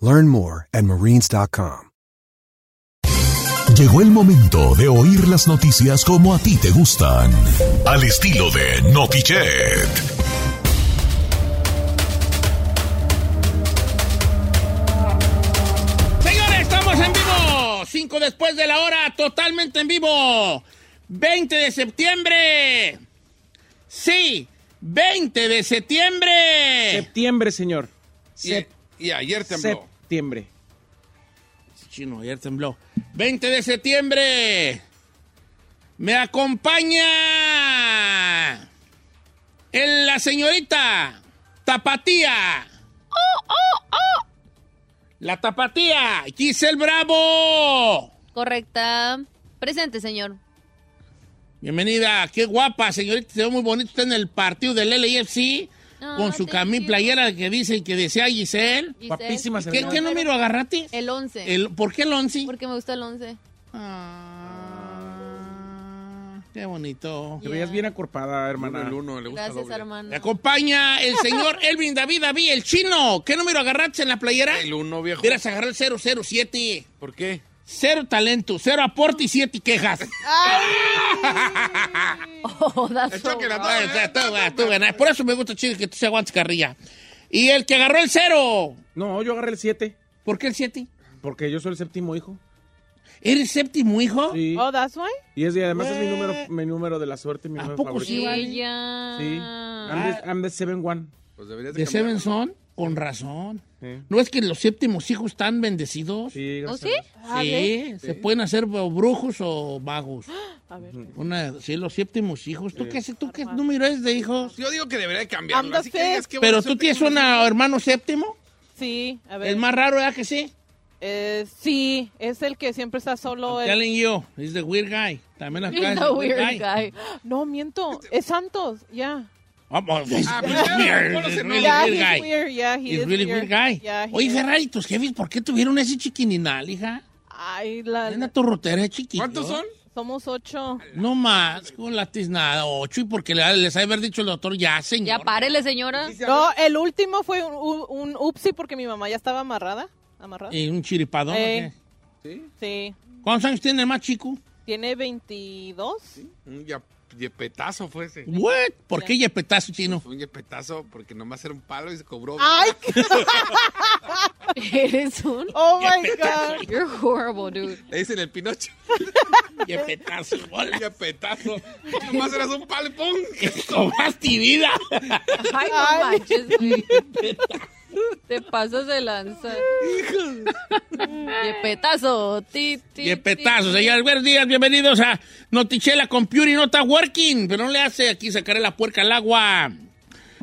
Learn more at marines.com. Llegó el momento de oír las noticias como a ti te gustan. Al estilo de NotiChet. Señores, estamos en vivo. Cinco después de la hora, totalmente en vivo. 20 de septiembre. Sí, 20 de septiembre. Septiembre, señor. Sep- Y, y ayer tembló. Septiembre. Chino, ayer tembló. 20 de septiembre. Me acompaña en la señorita Tapatía. La Tapatía, Giselle Bravo. Correcta. Presente, señor. Bienvenida, qué guapa, señorita. Se ve muy bonito. Está en el partido del LAFC Ah, con su thank cami you. playera que dice que desea Giselle. Giselle. Guapísima ¿Qué, señora. qué número agarraste? El 11. El- ¿Por qué el 11? Porque me gusta el 11. Ah, qué bonito. Te veías bien acorpada, hermana. Gracias, hermano. Me acompaña el señor Elvin David David, el chino. ¿Qué número agarraste en la playera? El uno, viejo. Hubieras agarrado el 007. ¿Por qué? Cero talento, cero aporte y siete quejas. Oh, that's Está so que la eh, wrong. Ah, está, está, está, está, bueno. Por eso me gusta, chido, que tú se aguantes carrilla. Y el que agarró el cero. No, yo agarré el 7, ¿Por qué el 7? porque yo soy el séptimo hijo. ¿Eres séptimo hijo? Sí. Oh, that's why? Y es, y además es mi What? número, mi número de la suerte, mi ¿A número poco favorito. sí, Ah. vale? Ella. Sí. I'm the, I'm the seven one. Pues deberías ¿De cambiar. Seven Son? Con razón. Sí. ¿No es que los séptimos hijos están bendecidos? Sí, Sí, ¿Oh, gracias. sí? Ah, se pueden hacer o brujos o magos. A ver. Una, sí, los séptimos hijos. ¿Tú, qué, tú qué número es de hijos? Yo digo que debería de cambiarlo. I'm the así que digas fifth. que Pero bueno, tú tienes séptimo. un hermano séptimo. Sí, a ver. El más raro, ¿verdad que sí? Eh, sí, es el que siempre está solo. el- Telling you, he's the weird guy. También acá He's es the weird guy. No, miento. Es Santos, ya. Vamos, Ah, he's pues, weird, bueno, he's se really Yeah, weird he's guy. weird, yeah, he He's is really weird. weird guy. Yeah, he Oye, is. Ferrari, tus jefes, ¿por qué tuvieron ese chiquininal, hija? Ay, la- Una torrotera de chiquillo. ¿Cuántos son? somos ocho. No más, con la tiznada ocho, y porque le- les ha de haber dicho el doctor, ya, señor. Ya párele, señora. No, el último fue un, un, un upsi porque mi mamá ya estaba amarrada. ¿Amarrada? Eh, un chiripadón. ¿o Ey. qué? Sí. ¿Cuántos años tiene el más chico? Tiene 22. Un ya- yepetazo fue ese. What? ¿Por qué yepetazo chino? Un yepetazo porque nomás era un palo y se cobró. Ay, qué- Eres un. oh my God. You're horrible, dude. Le dicen el pinocho. Yepetazo, Un hola. yepetazo. nomás eras un palo y ¡pum! Tomaste vida. Ay, no Ay. manches, güey. Te pasas de lanza. Yepetazo. Ti, ti, Yepetazo, ti. señores. Buenos días, bienvenidos a Notichela con Puri. No está working, pero no le hace aquí sacaré la puerca al agua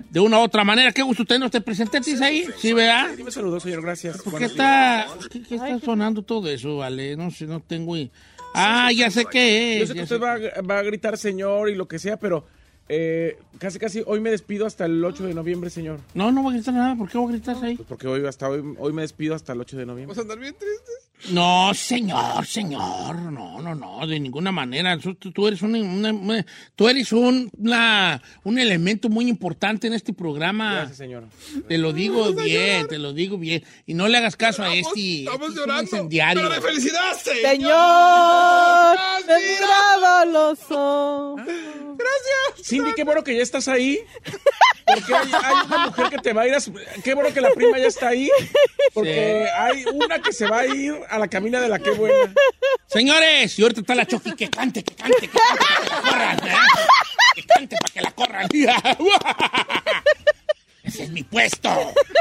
de una u otra manera. Qué gusto tenernos. ¿Te presentaste ahí? Sí, ¿verdad? Sí, me saludó, señor, gracias. ¿Por qué Buenos está, qué, qué está sonando todo eso, vale? No sé, no tengo... i- Ah, ya sé qué días. Yo es. sé que ya usted va a, va a gritar señor y lo que sea, pero eh, casi casi hoy me despido hasta el 8 de noviembre, señor. No, no voy a gritar nada. ¿Por qué voy a gritar ahí? Pues porque hoy hasta hoy, hoy me despido hasta el 8 de noviembre. Vamos a andar bien tristes. No, señor, señor, no, no, no, de ninguna manera. Tú, tú- tú eres un, una- una- tú eres un, una- un elemento muy importante en este programa. Gracias, señor. Te lo digo bien, te lo digo bien. Y no le hagas caso a este. este Estamos es un llorando. incendiario. Pero de felicidad, señor. Señor, mira. me bravo los ojos. Cindy, qué bueno que ya estás ahí. Porque hay, hay una mujer que te va a ir a su... Qué bueno que la prima ya está ahí. Porque hay una que se va a ir a la camina de la qué buena. Señores, y ahorita está la Chucky, que cante, que cante, que cante, que la corran, ¿eh? que cante para que la corran. Ese es mi puesto,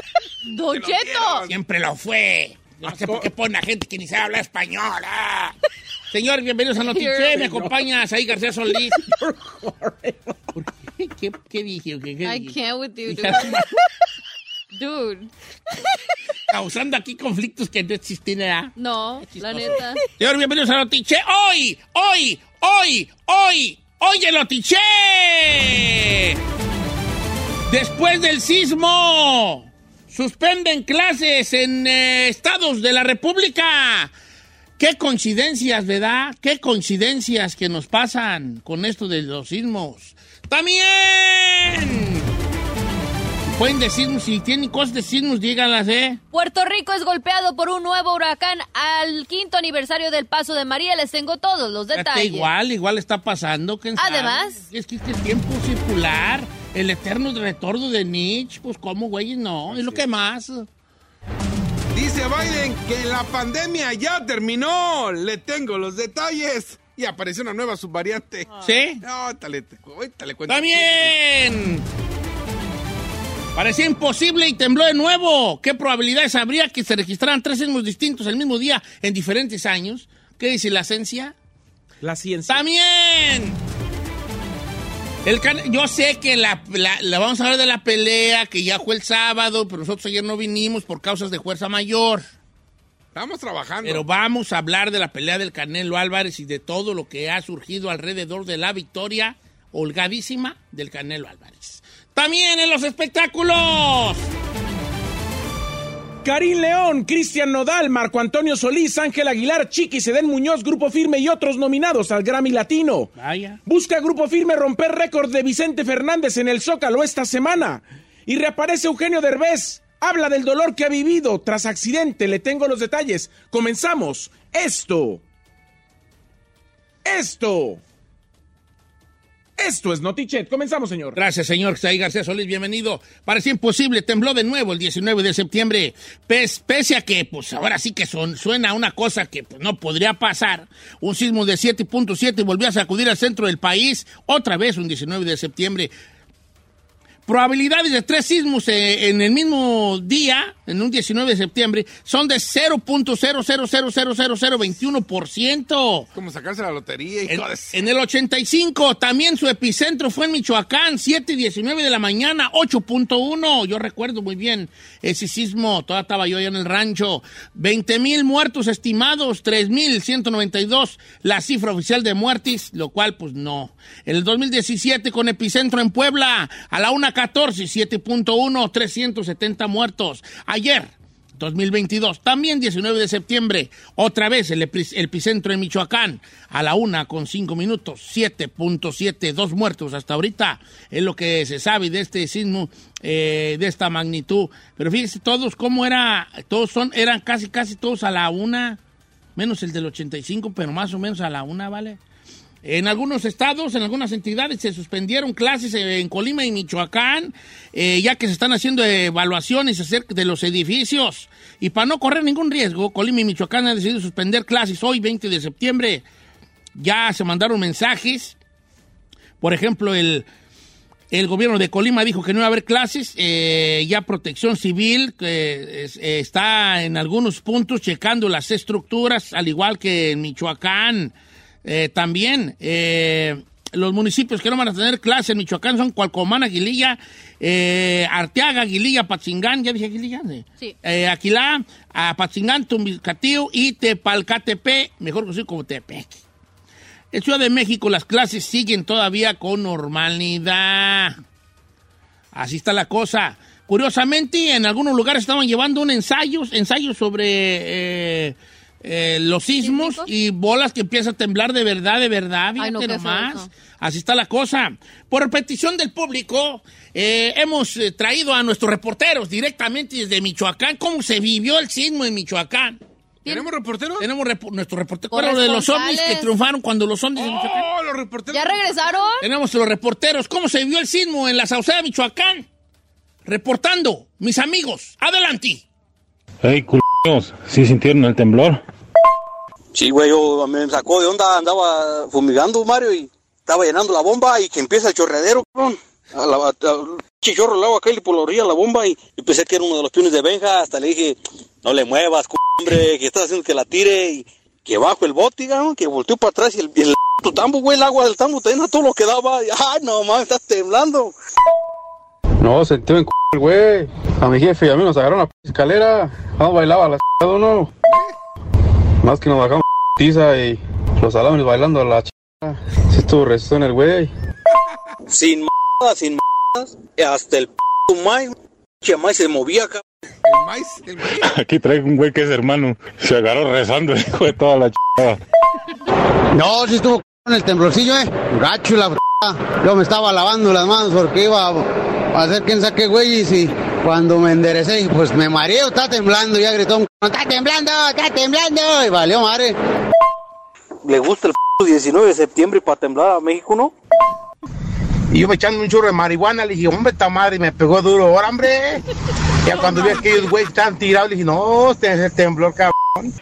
¡Don Cheto! siempre lo fue. Yo no sé por qué pone a gente que ni sabe hablar español. ah. Señores, bienvenidos a Notiche, me acompaña Saí García Solís. ¿Por qué? ¿Qué, qué dije? ¿Qué, qué I dije? can't with you, Hija dude. de su madre, Dude. Causando aquí conflictos que no existen, ¿verdad? No, la neta. Señor, bienvenidos a Notiche. Hoy, hoy, hoy, hoy, hoy el Notiche. Después del sismo, suspenden clases en eh, estados de la República. Qué coincidencias, ¿verdad? Qué coincidencias que nos pasan con esto de los sismos. También. Pueden decirnos, si tienen cosas de sismos, díganlas, ¿eh? Puerto Rico es golpeado por un nuevo huracán al quinto aniversario del paso de María. Les tengo todos los Fíjate, detalles. igual, igual está pasando. ¿quién sabe? Además. Es que este tiempo circular, el eterno retorno de Nietzsche, pues cómo, güey, no, es lo que más. Dice Biden que la pandemia ya terminó. Le tengo los detalles. Y apareció una nueva subvariante. ¿Sí? No, ahorita le- ahorita le cuento. ¡También! Parecía imposible y tembló de nuevo. ¿Qué probabilidades habría que se registraran tres sismos distintos el mismo día en diferentes años? ¿Qué dice la esencia? La ciencia. ¡También! El can- Yo sé que la, la- la- vamos a hablar de la pelea que ya fue el sábado, pero nosotros ayer no vinimos por causas de fuerza mayor. Estamos trabajando. Pero vamos a hablar de la pelea del Canelo Álvarez y de todo lo que ha surgido alrededor de la victoria holgadísima del Canelo Álvarez. También en los espectáculos. Karim León, Cristian Nodal, Marco Antonio Solís, Ángel Aguilar, Chiqui, Sedén Muñoz, Grupo Firme y otros nominados al Grammy Latino. Vaya. Busca Grupo Firme romper récord de Vicente Fernández en el Zócalo esta semana. Y reaparece Eugenio Derbez. Habla del dolor que ha vivido tras accidente. Le tengo los detalles. Comenzamos. Esto. Esto. Esto es Notichet. Comenzamos, señor. Gracias, señor Xavier García Solís, bienvenido. Parecía imposible, tembló de nuevo el 19 de septiembre. Pes- pese a que, pues ahora sí que son, suena una cosa que pues, no podría pasar. Un sismo de 7.7 volvió a sacudir al centro del país, otra vez un 19 de septiembre. Probabilidades de tres sismos eh, en el mismo día, en un 19 de septiembre, son de 0.0000021%. Como sacarse la lotería, En, hijo de... s- en el 85 también su epicentro fue en Michoacán, 7 y 19 de la mañana, 8.1. Yo recuerdo muy bien ese sismo, todavía estaba yo allá en el rancho. 20 mil muertos estimados, 3.192 la cifra oficial de muertes, lo cual pues no. En el 2017 con epicentro en Puebla, a la 1.14, 7.1, 370 muertos. Ayer. 2022, también 19 de septiembre, otra vez el, epi- el epicentro en Michoacán, a la una con cinco minutos, 7.7, dos muertos hasta ahorita, es lo que se sabe de este sismo eh, de esta magnitud. Pero fíjense todos cómo era, todos son, eran casi, casi todos a la una, menos el del 85, pero más o menos a la una, ¿vale? En algunos estados, en algunas entidades, se suspendieron clases eh, en Colima y Michoacán, eh, ya que se están haciendo evaluaciones acerca de los edificios. Y para no correr ningún riesgo, Colima y Michoacán han decidido suspender clases hoy, 20 de septiembre. Ya se mandaron mensajes. Por ejemplo, el, el gobierno de Colima dijo que no iba a haber clases. eh, ya Protección Civil que es- eh, está en algunos puntos checando las estructuras, al igual que en Michoacán. Eh, también eh, los municipios que no van a tener clases en Michoacán son Cualcomán, Aguililla, eh, Arteaga, Aguililla, Patzingán. ¿Ya dije Aguililla? Sí. Eh, Aquilá, Patzingán, Tumilcatío y Tepalcatepe, mejor conocido como Tepec. En Ciudad de México las clases siguen todavía con normalidad. Así está la cosa. Curiosamente, en algunos lugares estaban llevando un ensayo, ensayo sobre eh, eh, los sismos ¿Sísmicos? y bolas que empieza a temblar de verdad, de verdad. Ay, Fíjate no, qué feo nomás. eso. Así está la cosa. Por petición del público, eh, hemos eh, traído a nuestros reporteros directamente desde Michoacán cómo se vivió el sismo en Michoacán. ¿Tenemos reporteros? Tenemos repo- nuestro reportero Bueno, de los ovnis que Corresponsales. triunfaron cuando los ovnis en Michoacán. ¡Oh, los reporteros! ¿Ya regresaron? Tenemos los reporteros. ¿Cómo se vivió el sismo en la Sauceda, Michoacán? Reportando, mis amigos, adelante. Hey, culos, ¿sí sintieron el temblor? Sí, güey, yo me sacó de onda, andaba fumigando, Mario, y estaba llenando la bomba y que empieza el chorreadero, cabrón. A la, a- a- chichorro el agua aquel y por la orilla la bomba y, y pensé que era uno de los piones de Benja, hasta le dije, no le muevas, c- hombre, que estás haciendo que la tire y que bajo el bote, cabrón, que volteó para atrás y el, y el tu tambo, güey, el agua del tambo te llena todo lo que daba. Y, Ay, no, mames, estás temblando. No, sentí en c el güey. A mi jefe y a mí nos agarraron la p- escalera. Ah, bailaba la c no. Más que nos bajamos tiza y los alambres bailando a la ch. Sí estuvo resisto en el güey. Sin m******as, sin m******as, hasta el p*** maíz, che, maíz se movía, cabrón. El maíz, el maíz. Aquí traigo un güey que es hermano. Se agarró rezando, hijo de toda la ch. No, sí estuvo con el temblorcillo, eh. Gacho la fregada. Yo me estaba lavando las manos porque iba a hacer quién sabe qué güeyes y cuando me enderecé, pues me mareo, está temblando. Ya gritó un c- está temblando, está temblando. Y valió madre. Le gusta el p 19 de septiembre para temblar a México, ¿no? Y yo me echando un churro de marihuana, le dije, hombre, esta madre, y me pegó duro, ahora, hombre. Ya cuando vi aquellos güeyes tan tirados, le dije, no, este es el temblor, cabrón.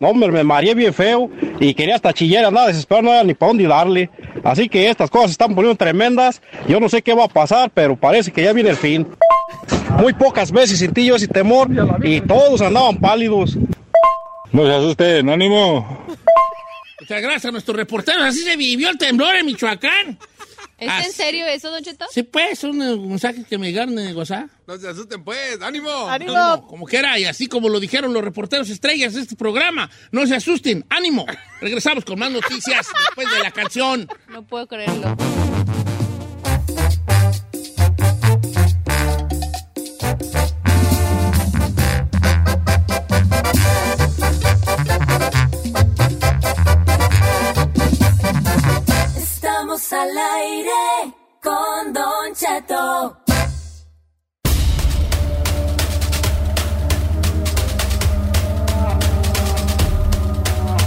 No, hombre, me mareé bien feo y quería hasta chillar, andaba desesperado, no era ni para dónde darle. Así que estas cosas se están poniendo tremendas. Yo no sé qué va a pasar, pero parece que ya viene el fin. Muy pocas veces sentí yo ese temor y todos andaban pálidos. No se asusten, ánimo. Muchas gracias a nuestros reporteros. Así se vivió el temblor en Michoacán. ¿Es Así- en serio eso, Don Cheto? Ah, Sí, pues, son eh, mensajes que me llegaron de gozar. No se asusten, pues. ¡Ánimo! Como, como quiera, y así como lo dijeron los reporteros estrellas de este programa. No se asusten, ánimo. Regresamos con más noticias después de la canción. No puedo creerlo. Estamos al aire con Don Cheto.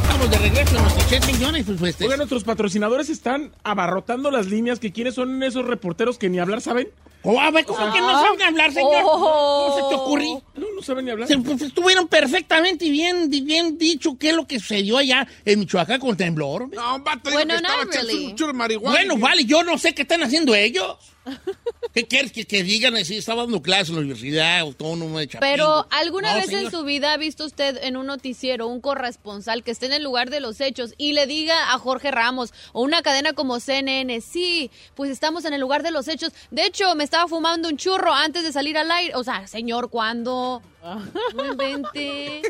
Estamos de regreso en los 80 millones. Pues, pues, Oigan, nuestros patrocinadores están abarrotando las líneas que quiénes son esos reporteros que ni hablar saben. Oh, a ver, ¿cómo que no saben hablar, señor? ¿Cómo se te ocurrió? No, no saben ni hablar. Se- pues, estuvieron perfectamente y bien, y bien dicho qué es lo que sucedió allá en Michoacán con temblor. No, vato, dijo Bueno, que estaba no, echando really. un churro de marihuana. Bueno, Dije, vale, yo no sé qué están haciendo ellos. ¿Qué quieres que, que digan? Si estaba dando clases en la Universidad Autónoma de Chapingo. Pero, ¿alguna No, vez en señor. su vida ha visto usted en un noticiero un corresponsal que esté en el lugar de los hechos y le diga a Jorge Ramos o una cadena como CNN, sí, pues estamos en el lugar de los hechos? De hecho, me estaba fumando un churro antes de salir al aire. O sea, señor, ¿cuándo? Ah. No invente.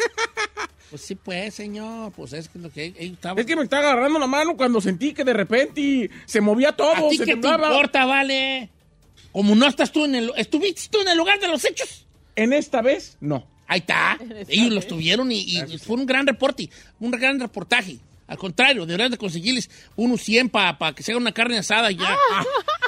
Pues sí, pues, señor. Pues es que lo que ellos estaban... Es que me está agarrando la mano cuando sentí que de repente y se movía todo. ¿A ti se qué te temblaba. importa, vale? Como no estás tú en el... ¿Estuviste tú en el lugar de los hechos? En esta vez, no. Ahí está. Ellos los tuvieron y, y fue un gran reporte, un gran reportaje. Al contrario, deberías de conseguirles unos 100 para que se haga una carne asada y ya. Ah.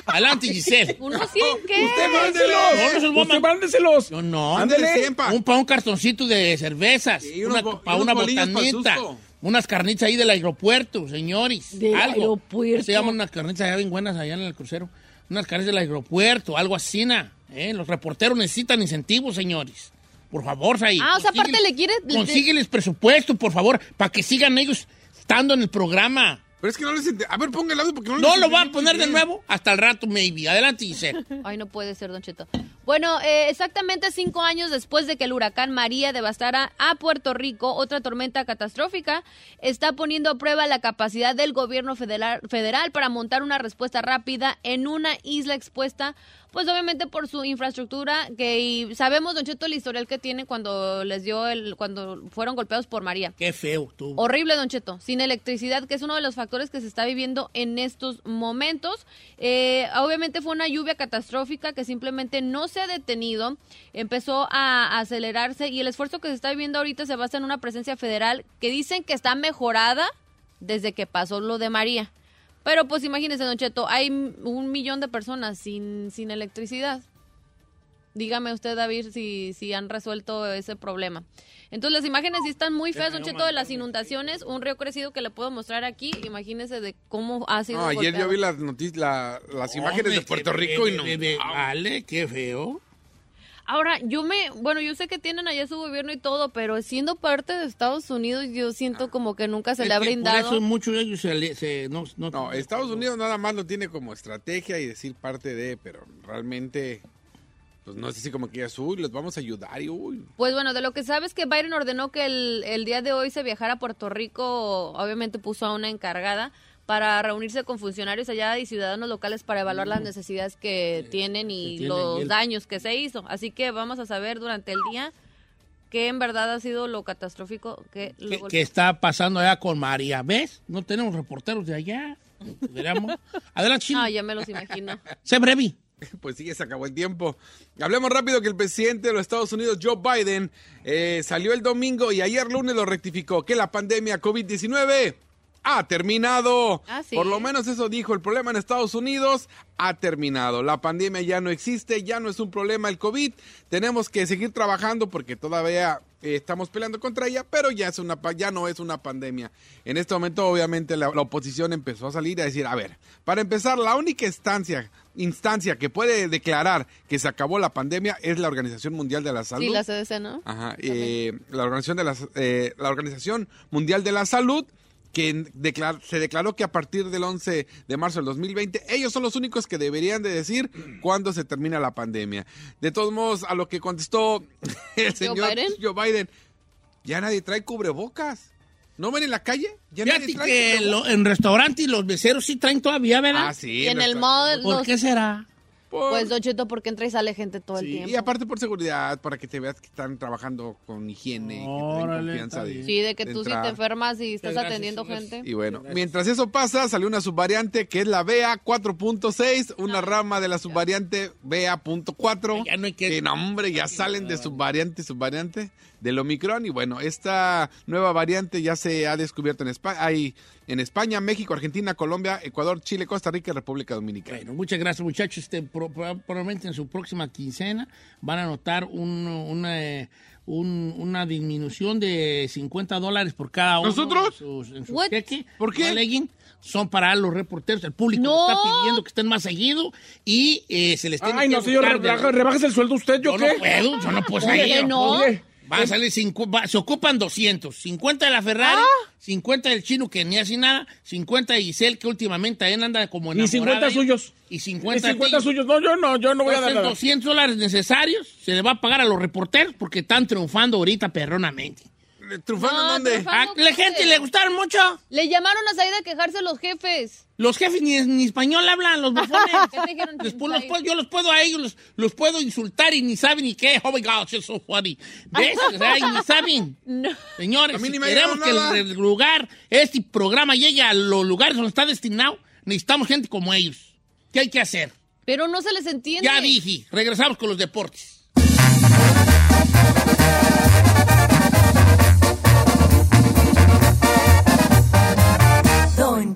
Adelante, Giselle. ¿Unos 100 qué? ¡Usted mándelos! No, no se los voy a Usted mandar. mándeselos. Yo no. Ándele. Ándele. Un para un cartoncito de cervezas, unos una, bo- para unos una bolillos pa'l botanita, susto. unas carnitas ahí del aeropuerto, señores. Del algo. aeropuerto. Se llaman unas carnitas allá bien buenas allá en el crucero. Unas carnitas del aeropuerto, algo así, na, ¿eh? Los reporteros necesitan incentivos, señores. Por favor, ahí. Ah, o sea, aparte le quiere... Consígueles presupuesto, por favor, para que sigan ellos estando en el programa. Pero es que no les ent- A ver, ponga el audio porque no No les lo van a entendí poner de bien. nuevo hasta el rato, maybe. Adelante, Giselle. Ay, no puede ser, Don Cheto. Bueno, eh, exactamente cinco años después de que el huracán María devastara a Puerto Rico, otra tormenta catastrófica está poniendo a prueba la capacidad del gobierno federal, federal para montar una respuesta rápida en una isla expuesta, pues obviamente por su infraestructura que y sabemos, Don Cheto, el historial que tiene cuando les dio el, cuando fueron golpeados por María. Qué feo tú. Horrible, Don Cheto. Sin electricidad, que es uno de los factores que se está viviendo en estos momentos. Eh, obviamente fue una lluvia catastrófica que simplemente no se ha detenido. Empezó a acelerarse y el esfuerzo que se está viviendo ahorita se basa en una presencia federal que dicen que está mejorada desde que pasó lo de María. Pero pues imagínense, Don Cheto, hay m- un millón de personas sin, sin electricidad. Dígame usted, David, si, si han resuelto ese problema. Entonces, las imágenes sí están muy feas, Don Cheto, de las inundaciones. Un río crecido que le puedo mostrar aquí. Imagínense de cómo ha sido. No, ayer yo golpeado. vi las noticias, la- las imágenes Hombre, de Puerto qué- Rico y de- no. de- de- Vale, qué feo. Ahora, yo me, bueno, yo sé que tienen allá su gobierno y todo, pero siendo parte de Estados Unidos, yo siento como que nunca se le ha que por brindado. eso muchos de ellos se le- se- no, no- No, Estados Unidos nada más lo tiene como estrategia y decir parte de, pero realmente, pues no es así como que digas, uy, les vamos a ayudar y uy. Pues bueno, de lo que sabes que Biden ordenó que el, el día de hoy se viajara a Puerto Rico, obviamente puso a una encargada para reunirse con funcionarios allá y ciudadanos locales para evaluar las necesidades que tienen y tienen los y el- daños que se hizo. Así que vamos a saber durante el día qué en verdad ha sido lo catastrófico que... que, que está pasando allá con María. ¿Ves? No tenemos reporteros de allá. Deberíamos. Adelante, Chino. Ah, ya me los imagino. Sé breve. Pues sí, ya se acabó el tiempo. Hablemos rápido que el presidente de los Estados Unidos, Joe Biden, eh, salió el domingo y ayer lunes lo rectificó que la pandemia COVID-19 ha terminado. Ah, sí. Por lo menos eso dijo. El problema en Estados Unidos ha terminado. La pandemia ya no existe, ya no es un problema el COVID. Tenemos que seguir trabajando porque todavía eh, estamos peleando contra ella, pero ya, es una, pa- ya no es una pandemia. En este momento, obviamente, la, la oposición empezó a salir a decir, a ver, para empezar, la única instancia, instancia que puede declarar que se acabó la pandemia es la Organización Mundial de la Salud. Sí, la CDC, ¿no? Ajá, eh, la, organización de la, eh, la Organización Mundial de la Salud, que en- declar- se declaró que a partir del 11 de marzo del 2020, ellos son los únicos que deberían de decir cuándo se termina la pandemia. De todos modos, a lo que contestó el señor Biden? Joe Biden ya nadie trae cubrebocas. ¿No ven en la calle? Ya Fíjate nadie trae que cubrebocas. lo- en restaurantes los meseros sí traen todavía, ¿verdad? Ah, sí, Y en el mall... ¿Por los- qué será? Pues, Don Cheto, porque entra y sale gente todo el Sí, tiempo. y aparte por seguridad, para que te veas que están trabajando con higiene, y que tienen Órale, confianza está de Sí, de que tú sí entrar. te enfermas y estás Gracias, atendiendo gracias. gente. Y bueno, mientras eso pasa, salió una subvariante que es la BA 4.6, Ah. una rama de la subvariante BA.4. Ya no hay que... hombre, ya salen de subvariante, subvariante del Omicron. Y bueno, esta nueva variante ya se ha descubierto en España, hay en España, México, Argentina, Colombia, Ecuador, Chile, Costa Rica y República Dominicana. Bueno, muchas gracias, muchachos. Este, pro- pro- probablemente en su próxima quincena van a notar un- una, eh, un- una disminución de 50 dólares por cada uno. ¿Nosotros? en sus- en sus What? cheques. ¿Por qué? No, legging. Son para los reporteros. El público No. está pidiendo que estén más seguido y eh, se les tiene Ay, que no, señor, dotar de- rebaja- rebajas el sueldo usted, ¿yo Yo qué? no puedo, yo no puedo Oye, salir. no. Oye. Va a salir cincu- va- se ocupan 200. 50 de la Ferrari, Ah. 50 del chino que ni hace nada, 50 de Giselle que últimamente también anda como Y enamorada. 50 ahí, suyos. Y 50, Y 50 tuyos. suyos. No, yo no, yo no voy a dar Entonces, nada. 200 dólares necesarios se le va a pagar a los reporteros porque están triunfando ahorita perronamente. ¿Triunfando No, dónde? A triunfando la dónde. gente le gustaron mucho. Le llamaron a Saida a quejarse los jefes. Los jefes ni, ni español hablan, los bufones. ¿Qué te dijeron? Los pu- los puedo- yo los puedo a ellos, los, los puedo insultar y ni saben ni qué. Oh my gosh, it's so funny. ¿Ves? O sea, y ni saben. Señores, A mí ni si me queremos que llegaron nada. el lugar, este programa llegue a los lugares donde está destinado, necesitamos gente como ellos. ¿Qué hay que hacer? Pero no se les entiende. Ya dije, regresamos con los deportes. Don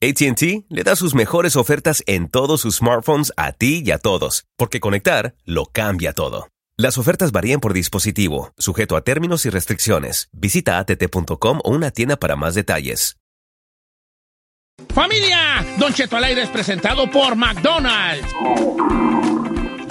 ATT le da sus mejores ofertas en todos sus smartphones a ti y a todos, porque conectar lo cambia todo. Las ofertas varían por dispositivo, sujeto a términos y restricciones. Visita att.com o una tienda para más detalles. Familia, Don Cheto al aire es presentado por McDonald's.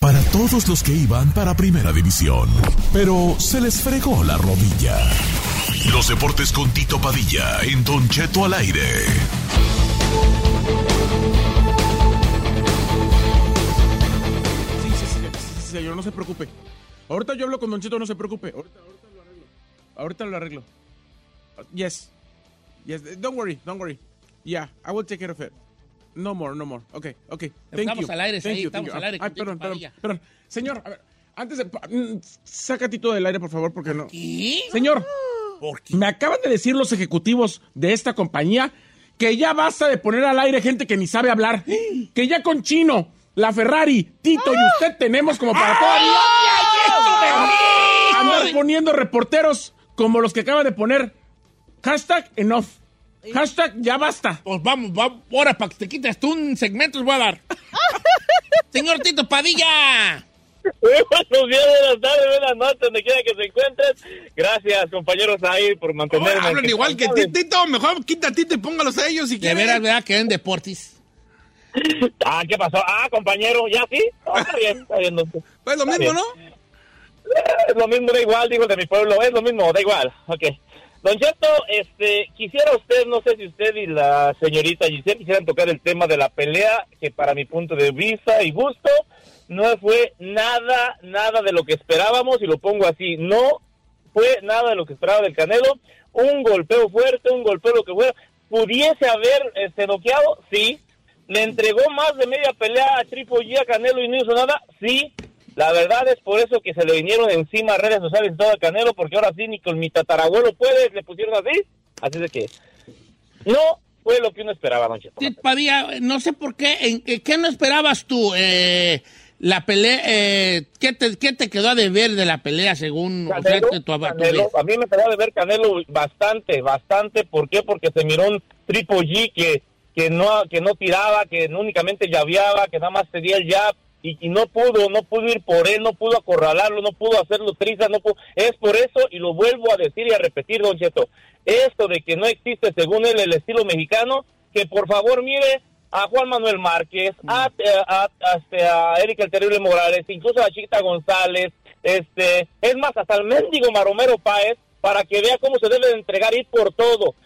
Para todos los que iban para Primera División, pero se les fregó la rodilla. Los deportes con Tito Padilla en Don Cheto al aire. Sí, sí, sí, sí, sí, señor, no se preocupe. Ahorita yo hablo con Don Cheto, no se preocupe. Ahorita, ahorita lo arreglo. Ahorita lo arreglo. Yes. Yes. Don't worry, don't worry. Yeah, I will take care of it. No more, no more. Okay, okay. Thank Estamos you. al aire, Thank ahí, you, thank estamos you. al aire Ay, contigo, perdón, perdón, Padilla. perdón. Señor, a ver, antes de... pa- mm, Saca Tito del aire, por favor, porque no... ¿Y? Señor, Ah. me acaban de decir los ejecutivos de esta compañía que ya basta de poner al aire gente que ni sabe hablar. Que ya con Chino, la Ferrari, Tito Ah. y usted tenemos como para todavía andar poniendo reporteros como los que acaba de poner. Hashtag enough. Hashtag ya basta. Pues vamos, vamos. Ahora, para que te quites tú un segmento, les voy a dar. Señor Tito Padilla. Buenos días, buenas tardes, buenas noches, donde quiera que se encuentren. Gracias, compañeros, ahí por mantenerme. Hablan igual que ti, Tito. Mejor quita a Tito y póngalos a ellos si De quieren. veras, ¿verdad? Que en deportes. Ah, ¿qué pasó? Ah, compañero, ¿ya sí? Ah, está bien, está bien. Pues lo mismo, ¿no? Es lo mismo, da igual, digo, el de mi pueblo, es lo mismo, da igual. Ok. Don Cheto, este, quisiera usted, no sé si usted y la señorita Giselle quisieran tocar el tema de la pelea, que para mi punto de vista y gusto, no fue nada, nada de lo que esperábamos, y lo pongo así, no fue nada de lo que esperaba del Canelo. Un golpeo fuerte, un golpeo lo que fuera. ¿Pudiese haber este, noqueado? Sí. ¿Le entregó más de media pelea a Triple G a Canelo y no hizo nada? Sí. La verdad es por eso que se le vinieron encima redes sociales y todo a Canelo, porque ahora sí ni con mi tatarabuelo puede, le pusieron así. Así de que no fue lo que uno esperaba, Don Cheto. Tito Padilla, eh, no sé por qué. ¿en, qué- ¿Qué no esperabas tú? Eh, la pelea. eh, ¿qué, te, qué te quedó a deber de la pelea según Canelo, ofrece tu, tu Canelo, vida? a mí me quedó de ver Canelo bastante, bastante. ¿Por qué? Porque se miró un Triple G que, que, no, que no tiraba, que no únicamente llaveaba, que nada más sería el jab. Y, y no pudo, no pudo ir por él, no pudo acorralarlo, no pudo hacerlo trizas, no pudo- Es por eso, y lo vuelvo a decir y a repetir, Don Cheto, esto de que no existe, según él, el estilo mexicano, que por favor mire a Juan Manuel Márquez, a, a, este, a, a Eric el Terrible Morales, incluso a Chiquita González, este, es más, hasta el mendigo Maromero Páez, para que vea cómo se debe de entregar, ir por todo,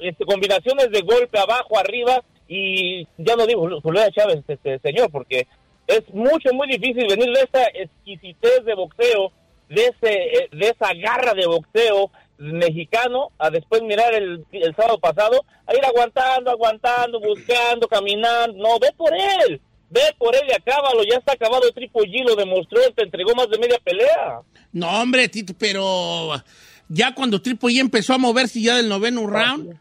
este, combinaciones de golpe abajo, arriba, y ya no digo Julián Chávez, este, este, señor, porque es mucho, muy difícil venir de esta exquisitez de boxeo, de, ese, eh, de esa garra de boxeo mexicano, a después mirar el, el sábado pasado, a ir aguantando, aguantando, buscando, caminando, no, ve por él, ve por él y acábalo, ya está acabado el Triple G, lo demostró, él te entregó más de media pelea. No, hombre, Tito, pero. Ya cuando Triple G empezó a moverse ya del noveno round.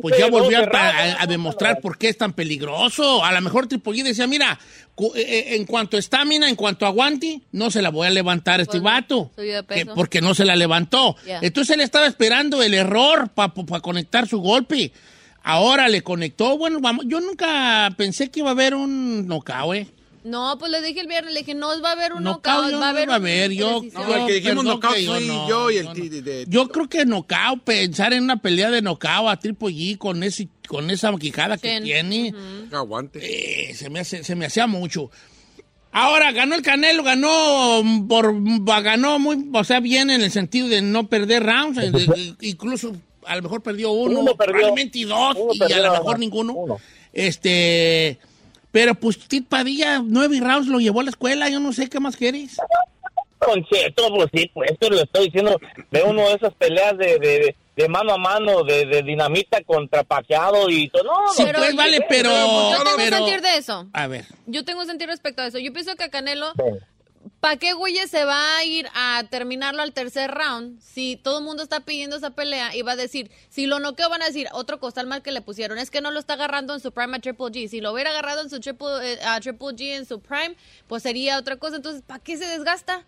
Pues ya volvió a, 12 rounds. a- a demostrar por qué es tan peligroso. A lo mejor Triple G decía, mira, cu- eh, eh, en cuanto a estamina, en cuanto a guanti, no se la voy a levantar a este vato. Subió de que- peso. porque no se la levantó. Ya. Entonces él estaba esperando el error para conectar su golpe. Ahora le conectó. Bueno, vamos, yo nunca pensé que iba a haber un knockout, ¿eh? No, pues les dije el viernes, le dije, no va a haber un Knockout, knockout, yo va a no haber iba a un- ver, yo- decisión. yo- El que dijimos perdón, knockout que yo soy no, yo y el Tito. de- Yo creo que knockout, pensar en una pelea de knockout a Triple G con, ese, con esa maquijada que Chen. tiene. Aguante. Eh, se, me hace- se me hacía mucho. Ahora ganó el Canelo, ganó mm, por ganó muy, o sea, bien en el sentido de no perder rounds, eh, de- de- incluso a lo mejor perdió uno, Uno perdió. probablemente dos Uno y a perdió, lo ajá. mejor ninguno. Este, pero pues Tit Padilla nueve rounds lo llevó a la escuela, yo no sé qué más quieres. Don Cheto, pues sí, pues esto lo estoy diciendo de uno de esas peleas de, de, de mano a mano, de, de dinamita contra paqueado y todo. No, Sí, no, pues, no, vale, no, pero- no, Yo no, tengo un pero- sentir de eso. A ver. Yo tengo un sentir respecto a eso. Yo pienso que a Canelo, ¿para qué güey se va a ir a terminarlo al tercer round si todo el mundo está pidiendo esa pelea y va a decir, si lo noqueo van a decir, otro costal mal que le pusieron, es que no lo está agarrando en su prime a Triple G. Si lo hubiera agarrado en su triple, eh, a Triple G en su prime, pues sería otra cosa. Entonces, ¿para qué se desgasta?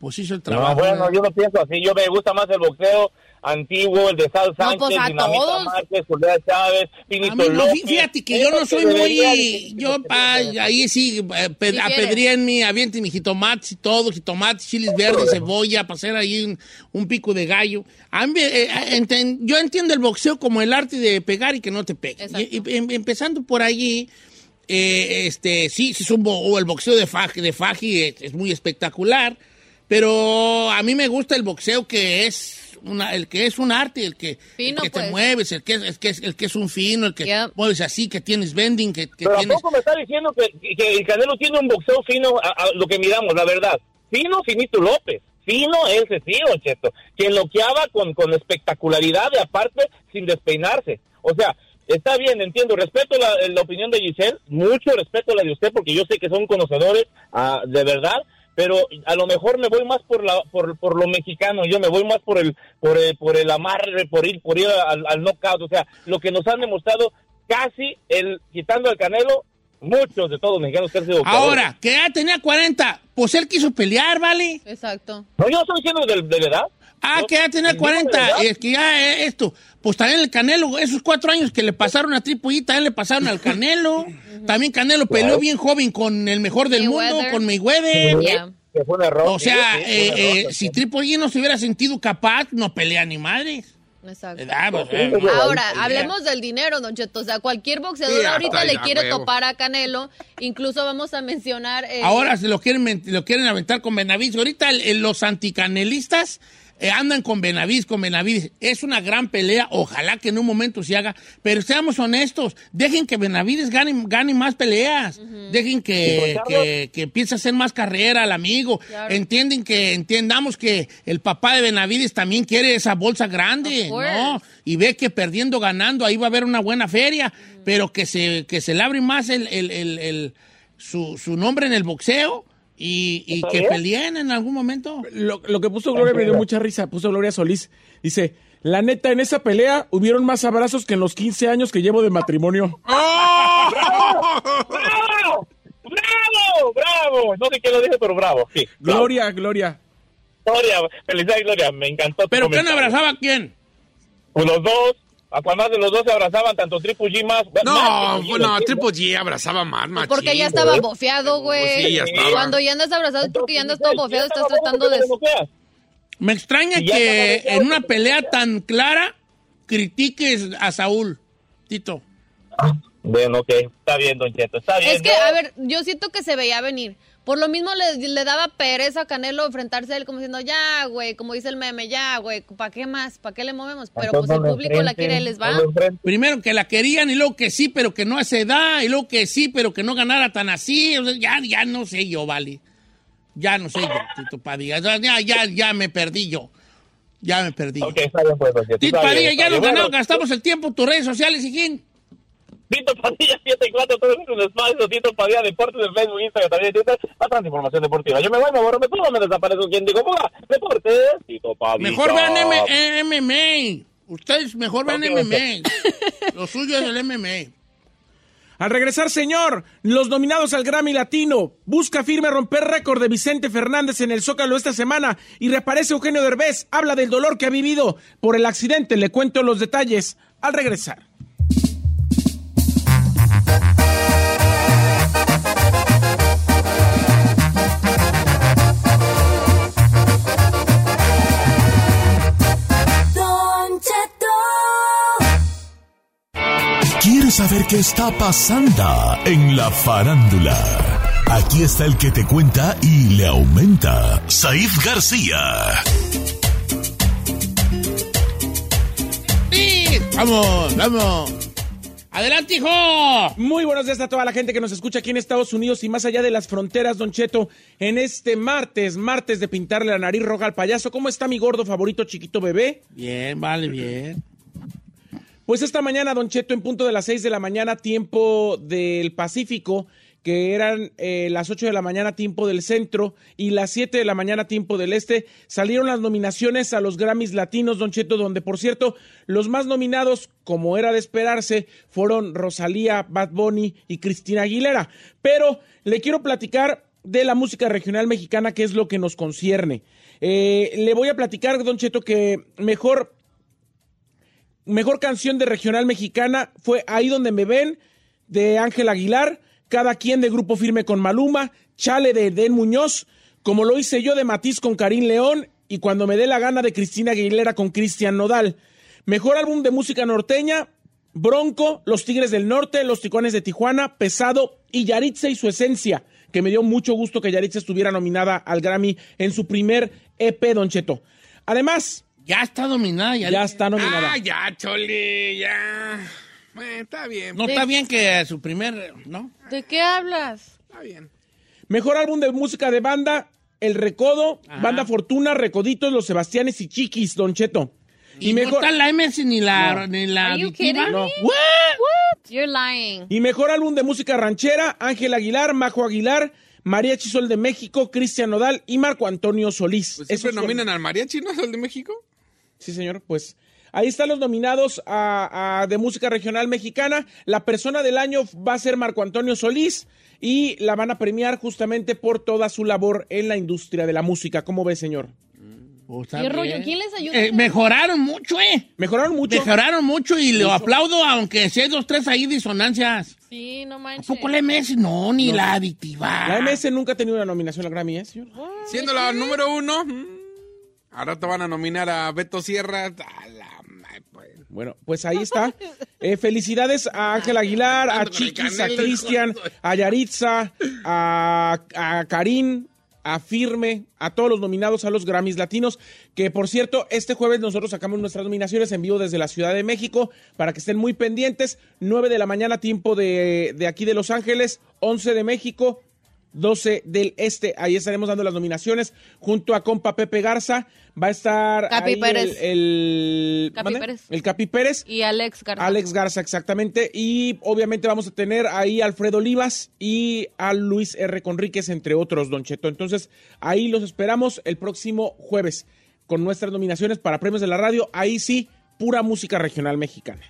Pues hizo el No, trabajo. bueno, yo no pienso así. Yo me gusta más el boxeo antiguo, el de Sal Sánchez, pues, a Dinamita todos. Márquez, Julián Chávez, Pinito A mí no, López. fí- fíjate que yo Eso no soy debería muy. de- Yo pa- ahí sí, eh, pe- Si apedríenme, avienten mis jitomates y todo, jitomates, chiles verdes, cebolla, para hacer ahí un, un pico de gallo. A mí, eh, enten- yo entiendo el boxeo como el arte de pegar y que no te pegue. Y- y em- empezando por allí, eh, este, sí, sí es un bo- o el boxeo de Faji, de Faji es, es muy espectacular, pero a mí me gusta el boxeo que es una, el que es un arte, el que, el Fino, que pues. te mueves, Eh, el que, es- el, que es, el que es un fino, el que mueves así, que tienes bending, que, que Pero ¿a tienes... poco me está diciendo que, que el Canelo tiene un boxeo fino a, a lo que miramos, la verdad? Fino, finito López. fino, ese sí, Don Cheto. Quien loqueaba con, con espectacularidad y aparte sin despeinarse. O sea, está bien, entiendo, respeto la, la opinión de Giselle, mucho respeto la de usted porque yo sé que son conocedores ah, de verdad. Pero a lo mejor me voy más por la por, por lo mexicano, yo me voy más por el por el, por el amarre, por ir por ir al, al knockout, o sea, lo que nos han demostrado casi el quitando al Canelo muchos de todos los mexicanos que han sido boxeadores. Ahora, que ya tenía 40, pues él quiso pelear, ¿vale? Exacto. No, yo estoy diciendo de, de la edad. Ah, que ya tenía digo de 40, verdad. es que ya eh, esto, pues también el Canelo, esos cuatro años que le pasaron a Triple E, también le pasaron al Canelo, también Canelo peleó Claro. bien joven con el mejor del mundo, Mayweather. con Mayweather. Yeah. Que Eh, fue un error. O sea, sí, sí, eh, fue un eh, error. si Triple E no se hubiera sentido capaz, no pelea ni madres. Exacto. ¿verdad? Pues, eh, Ahora, eh, hablemos del dinero, don Cheto. O sea, cualquier boxeador Sí, hasta ahorita le ya, quiere huevo. topar a Canelo. Incluso vamos a mencionar. eh, Ahora se lo quieren, men- lo quieren aventar con Benavides. Ahorita el- el- los anticanelistas eh, andan con Benavides, con Benavides. Es una gran pelea. Ojalá que en un momento se haga. Pero seamos honestos. Dejen que Benavides gane, gane más peleas. Dejen Sí, que, don Carlos. que, que empiece a hacer más carrera al amigo. Claro. Entienden que, entiendamos que el papá de Benavides también quiere esa bolsa grande. Of course. ¿no? Y ve que perdiendo, ganando, ahí va a haber una buena feria. Pero que se, que se labre más el- el- el- el su, su nombre en el boxeo y, y ¿Está que bien? peleen en algún momento. Lo, lo que puso Gloria me dio mucha risa, puso Gloria Solís. Dice, la neta, en esa pelea hubieron más abrazos que en los 15 años que llevo de matrimonio. Oh. ¡Bravo! ¡Bravo! ¡Bravo! No sé qué lo dije, pero bravo. Sí, bravo. Gloria, Gloria. Gloria, felicidades, Gloria. Me encantó. tu ¿Pero quién comentario. abrazaba a quién? Pues los dos. A cual más de los dos se abrazaban, tanto Triple G más. No, más que Triple G, no, ¿entiendes? Triple G abrazaba más, machín. Porque ya estaba bofeado, güey. Sí, ya estaba. Cuando ya andas abrazado es porque ya andas todo bofeado, Ya estás estaba tratando de... bueno que te Me extraña Y ya que cuando- en una pelea tan clara critiques a Saúl, Tito. Bueno, ok, está bien, Don Cheto, está bien. Es que, ¿no? a ver, yo siento que se veía venir. Por lo mismo le, le daba pereza a Canelo enfrentarse a él como diciendo, ya, güey, como dice el meme, ya, güey, ¿para qué más? ¿Para qué le movemos? Pero pues Entonces, el no lo público la enfrenten, quiere, les va. no lo enfrenten. Primero que la querían y luego que sí, pero que no a esa edad, y luego que sí, pero que no ganara tan así. O sea, ya, ya no sé yo, vale. Ya no sé yo, Tito Padilla. Ya- Ya, ya, ya me perdí yo. Ya me perdí. yo. Ok, está bien, pues, Don Cheto, Tito está bien, Padilla, está ya bien. nos ganamos, Bueno, gastamos el tiempo, tus redes sociales, hijín. Tito Padilla 74, todo es un espacio, Tito Padilla Deportes en Facebook, Instagram, también en Twitter, bastante información deportiva. Yo me voy, me borro, me pongo, me desaparezco, quien digo, ponga, deportes, Tito Padilla. Mejor vean M- eh, MMA. Ustedes mejor vean Ok, MMA. Lo suyo es el MMA. Al regresar, señor, los nominados al Grammy Latino. Busca firme romper récord de Vicente Fernández en el Zócalo esta semana y reaparece Eugenio Derbez. Habla del dolor que ha vivido por el accidente. Le cuento los detalles al regresar. Don Cheto, ¿Quieres saber qué está pasando en la farándula? Aquí está el que te cuenta y le aumenta, Saif García. Sí, Vamos, vamos. Adelante, hijo. Muy buenos días a toda la gente que nos escucha aquí en Estados Unidos y más allá de las fronteras, Don Cheto. En este martes, martes de pintarle la nariz roja al payaso, ¿cómo está mi gordo favorito chiquito bebé? Bien, vale, bien. Pues esta mañana, Don Cheto, en punto de las 6 de la mañana, tiempo del Pacífico, que eran eh, las 8 de la mañana, tiempo del centro, y las 7 de la mañana, tiempo del este, salieron las nominaciones a los Grammys Latinos, Don Cheto, donde, por cierto, los más nominados, como era de esperarse, fueron Rosalía, Bad Bunny y Cristina Aguilera. Pero le quiero platicar de la música regional mexicana, que es lo que nos concierne. Eh, le voy a platicar, Don Cheto, que mejor Mejor canción de regional mexicana fue Ahí donde me ven, de Ángel Aguilar, Cada quien de Grupo Firme con Maluma, Chale de Den Muñoz, como lo hice yo de Matiz con Karim León y cuando me dé la gana de Cristina Aguilera con Cristian Nodal. Mejor álbum de música norteña, Bronco, Los Tigres del Norte, Los Ticones de Tijuana, Pesado y Yaritza y su esencia, que me dio mucho gusto que Yaritza estuviera nominada al Grammy en su primer EP, Don Cheto. Además, Ya está dominada. Ya, ya está nominada. Ah, ya, Choli, ya. Bueno, está bien, No está bien que su primer, ¿no? ¿De qué hablas? está bien. Mejor álbum de música de banda, El Recodo, Banda Fortuna, Recoditos, Los Sebastianes y Chiquis, Don Cheto. Y no está la MS ni la- ni la Are you adictiva? kidding No. me? What? You're lying. Y mejor álbum de música ranchera, Ángel Aguilar, Majo Aguilar, María Chisol de México, Cristian Nodal y Marco Antonio Solís. Pues ¿Siempre Esos nominan fueron- al mariachi, no? ¿Al de México? Sí, señor, pues. Ahí están los nominados a, a- de música regional mexicana. La persona del año va a ser Marco Antonio Solís y la van a premiar justamente por toda su labor en la industria de la música. ¿Cómo ve, señor? Mm. ¿Qué rollo? ¿Quién les ayuda? Pues Eh, mejoraron mucho, ¿eh? Mejoraron mucho. Mejoraron mucho y lo Mucho. aplaudo, aunque sea dos, tres ahí disonancias. Sí, no manches. Poco la MS, no, ni No. la adictiva. La MS nunca ha tenido una nominación a Grammy, ¿eh, señor? Siendo la número uno. mm, Ahora te van a nominar a Beto Sierra. A la madre, pues. Bueno, pues ahí está. Eh, felicidades a Ángel Aguilar, a Chiquis, a Cristian, a Yaritza, a, a Karim, a Firme, a todos los nominados a los Grammys Latinos, que por cierto, este jueves nosotros sacamos nuestras nominaciones en vivo desde la Ciudad de México, para que estén muy pendientes, 9 de la mañana tiempo de, de aquí de Los Ángeles, 11 de México, 12 del Este. Ahí estaremos dando las nominaciones junto a compa Pepe Garza. Va a estar Capi ahí el- Pérez. el- Capi ¿mande? Pérez. el Capi Pérez. Y Alex Garza. Alex Garza, exactamente. Y obviamente vamos a tener ahí a Alfredo Olivas y a Luis R. Conríquez, entre otros, Don Cheto. Entonces, ahí los esperamos el próximo jueves con nuestras nominaciones para premios de la radio. Ahí sí, pura música regional mexicana.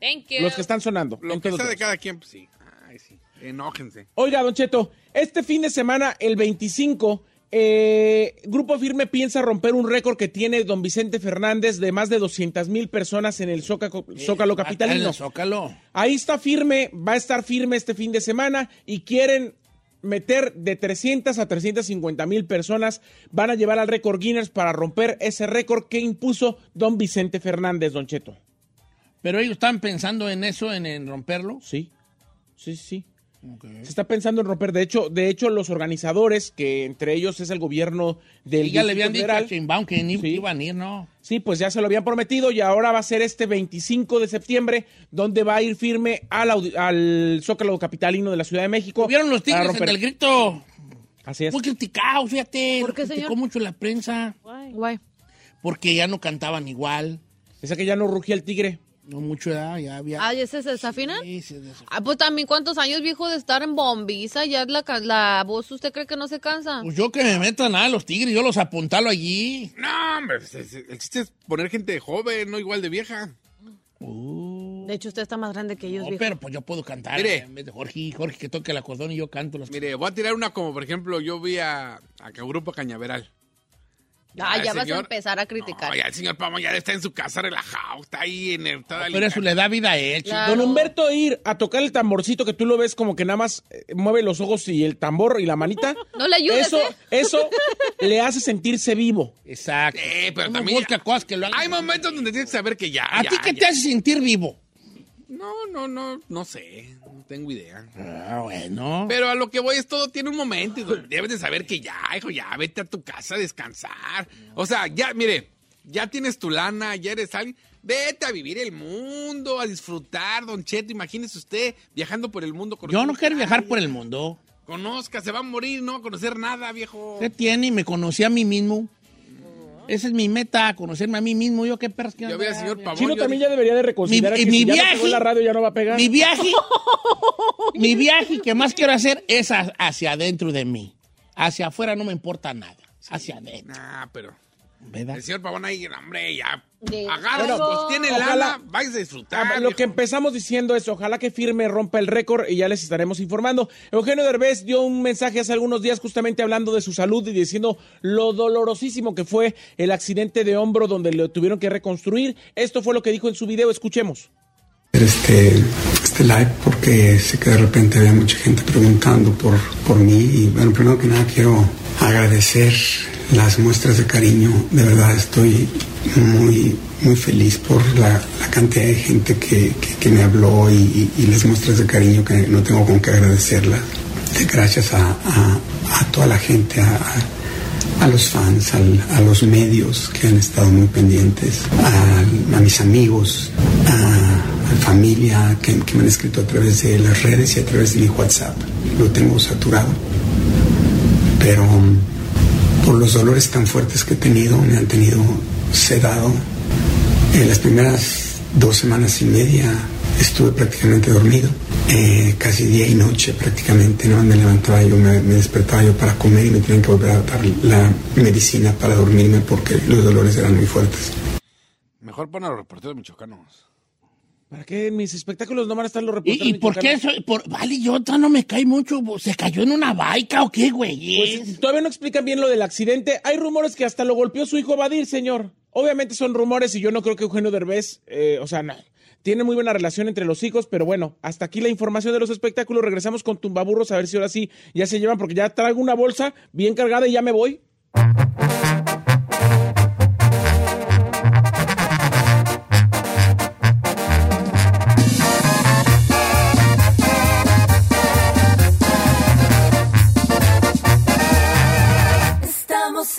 Thank you. Los que están sonando. Lo en que todos sea de lados. cada quien, pues sí. Ay, sí. Enójense. Oiga, Don Cheto, este fin de semana, el 25, eh, Grupo Firme piensa romper un récord que tiene Don Vicente Fernández de más de 200 mil personas en el Zóca- Zócalo Ah, Capitalino. el Zócalo. Ahí está firme, va a estar firme este fin de semana y quieren meter de 300 a 350 mil personas. Van a llevar al récord Guinness para romper ese récord que impuso don Vicente Fernández, don Cheto. Pero ellos estaban pensando en eso, en, en romperlo. Sí, sí, sí. Se está pensando en romper. De hecho, de hecho, los organizadores, que entre ellos es el gobierno del Y ya le Distrito habían dicho Federal, a Sheinbaum que ni Sí. iban a ir, ¿no? Sí, pues ya se lo habían prometido y ahora va a ser este 25 de septiembre donde va a ir firme al, audi- al Zócalo Capitalino de la Ciudad de México. Vieron los para tigres en romper. el grito. Así es. Muy criticados, fíjate. ¿Por qué, lo criticó señor? mucho la prensa. Guay. Porque ya no cantaban igual. Esa que ya no rugía el tigre. No mucho, ya, ya había. Ah, ¿ya se desafinan? Sí, se desafinó. Ah, pues también cuántos años viejo de estar en bombiza, ya la, ca- la voz, ¿usted cree que no se cansa? Pues yo que me metan a los tigres, yo los apuntalo allí. No, hombre. pues, es- El chiste es poner gente joven, no igual de vieja. De hecho, usted está más grande que ellos, No, pero Uh, pues yo puedo cantar. Mire. En vez de Jorge, Jorge que toque el acordón y yo canto las Mire, voy a tirar una como, por ejemplo, yo vi a, a Grupo Cañaveral. Ah, ya el vas a señor- empezar a criticar. No, ya el señor Pamo ya está en su casa relajado, está ahí en el... está Ah, Pero eso le da vida a él. chico. Claro. Don Humberto ir a tocar el tamborcito que tú lo ves como que nada más eh, mueve los ojos y el tambor y la manita. No le ayudes, Eso, ¿eh? eso le hace sentirse vivo. Exacto. Sí, pero Uno también- busca cosas que lo hagan. Hay momentos donde tienes que saber que ya... ¿A ya, ti qué ya. te hace sentir vivo? No, no, no, no sé, no tengo idea. Ah, bueno. Pero a lo que voy es todo tiene un momento y debes de saber que ya, hijo, ya, vete a tu casa a descansar. O sea, ya, mire, ya tienes tu lana, ya eres alguien. Vete a vivir el mundo, a disfrutar, don Cheto. Imagínese usted viajando por el mundo. Yo no quiero viajar por el mundo. Conozca, se va a morir, no va a conocer nada, viejo. ¿Qué tiene? Me conocí a mí mismo. Esa es mi meta, conocerme a mí mismo. Yo qué perras que Yo vi al señor Pavón. yo Chino también dije, ya debería de reconsiderar Mi- que mi si ya no viaje- pegó en la radio ya no va a pegar. Mi viaje, mi viaje que más quiero hacer es a- hacia adentro de mí. Hacia afuera no me importa nada. Hacia adentro, Nah, pero ¿verdad? el señor Pavón ahí, hombre, ya. De Agarra, algo. pues tiene Ojalá. lana, vais a disfrutar. Ah, lo viejo. que empezamos diciendo es, ojalá que firme rompa el récord y ya les estaremos informando. Eugenio Derbez dio un mensaje hace algunos días justamente hablando de su salud y diciendo lo dolorosísimo que fue el accidente de hombro donde lo tuvieron que reconstruir. Esto fue lo que dijo en su video, escuchemos. este, este live porque sé que de repente había mucha gente preguntando por, por mí y bueno, primero que nada quiero agradecer las muestras de cariño, de verdad estoy muy, muy feliz por la, la cantidad de gente que, que- que me habló y, y- y las muestras de cariño que no tengo con qué agradecerlas. Este, Gracias a, a- a toda la gente, a- a, a los fans, al- a los medios que han estado muy pendientes, a, a mis amigos, a, a familia que, que me han escrito a través de las redes y a través de mi WhatsApp. Lo tengo saturado, pero mm, por los dolores tan fuertes que he tenido, me han tenido sedado. En las primeras dos semanas y media estuve prácticamente dormido, eh, casi día y noche prácticamente, no me levantaba yo, me, me despertaba yo para comer y me tenían que volver a dar la medicina para dormirme porque los dolores eran muy fuertes. Mejor pon a los reporteros michoacanos. ¿Para qué en mis espectáculos no van a estar los reporteros? ¿Y, y por qué? michoacanos? eso- por- vale, yo otra no me cae mucho. ¿Se cayó en una baica o qué, güey? Pues todavía no explican bien lo del accidente. Hay rumores que hasta lo golpeó su hijo Badir, señor. Obviamente son rumores y yo no creo que Eugenio Derbez, eh, o sea, no. Tiene muy buena relación entre los hijos, pero bueno, hasta aquí la información de los espectáculos. Regresamos con Tumbaburros a ver si ahora sí ya se llevan, porque ya traigo una bolsa bien cargada y ya me voy. Estamos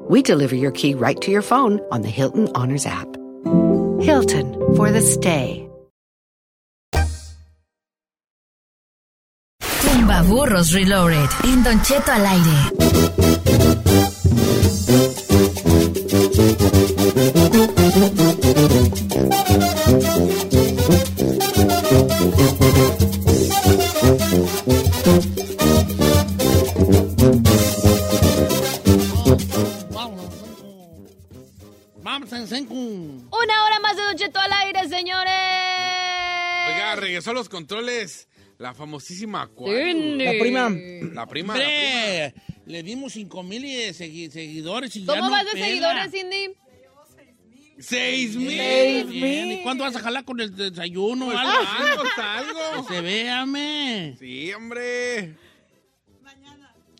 we deliver your key right to your phone on the Hilton Honors app. Hilton for the stay. Tumba Burros Reloaded. En Don Cheto al aire. Vamos en Senku. Una hora más de Don Cheto al aire, señores. Oiga, regresó a los controles la famosísima cuál. Dene. La prima. La prima. la Hombre, le dimos 5 mil y de segui- seguidores. Y ya ¿Cómo no vas de pela. seguidores, Cindy? ¡Seis mil! Seis Bien, mil. ¿Y cuándo vas a jalar con el desayuno? o Pues algo? algo, algo. Que se véame. Sí, hombre.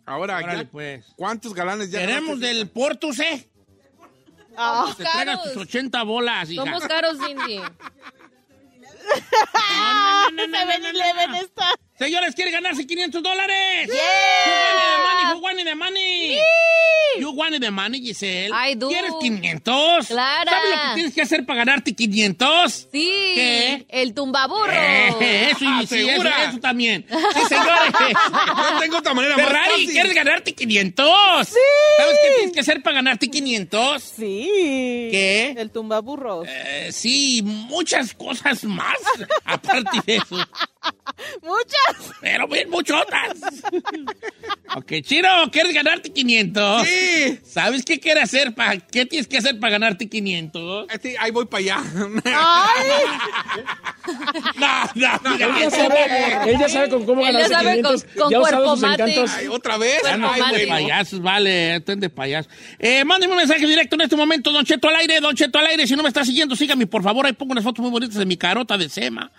Ahora, Órale, pues. ya- ¿cuántos galanes ya Queremos ganaste? del Portus, ¿eh? Somos Te traigas tus Ah, caros. 80 bolas, hija. Somos caros, Cindy. Señores, ¿quiere ganarse 500 dólares? Yeah. ¡Yeah! ¡Who wanted the money? ¡Who wanted the money? You wanted the money, Giselle. I do. ¿Quieres 500? Clara. ¿Sabes lo que tienes que hacer para ganarte 500? Sí. ¿Qué? El tumbaburro. Eh, eso y sí, eso, Asegura. eso también. Sí, señores. Yo tengo otra manera más Ferrari, fácil. ¿quieres ganarte 500? Sí. ¿Sabes qué tienes que hacer para ganarte 500? Sí. ¿Qué? El tumbaburros. Eh, sí, muchas cosas más aparte de eso. Muchas. Pero bien muchotas. ok, Chiro, ¿quieres ganarte 500? Sí. ¿Sabes qué quieres hacer? Pa ¿Qué tienes que hacer para ganarte 500? Eh, ahí voy para allá. no, no, no, Él ya sabe, él ya sabe con cómo Él ya ganarse sabe 500. con- con ya ha usado cuerpo sus mate. encantos. Ay, ¿Otra vez? Ya no Ay, están de bueno. payasos, vale, estén de payasos. Eh, mándeme un mensaje directo en este momento, Don Cheto al aire, Don Cheto al aire. Si no me está siguiendo, sígame, por favor. Ahí pongo unas fotos muy bonitas de mi carota de Sema.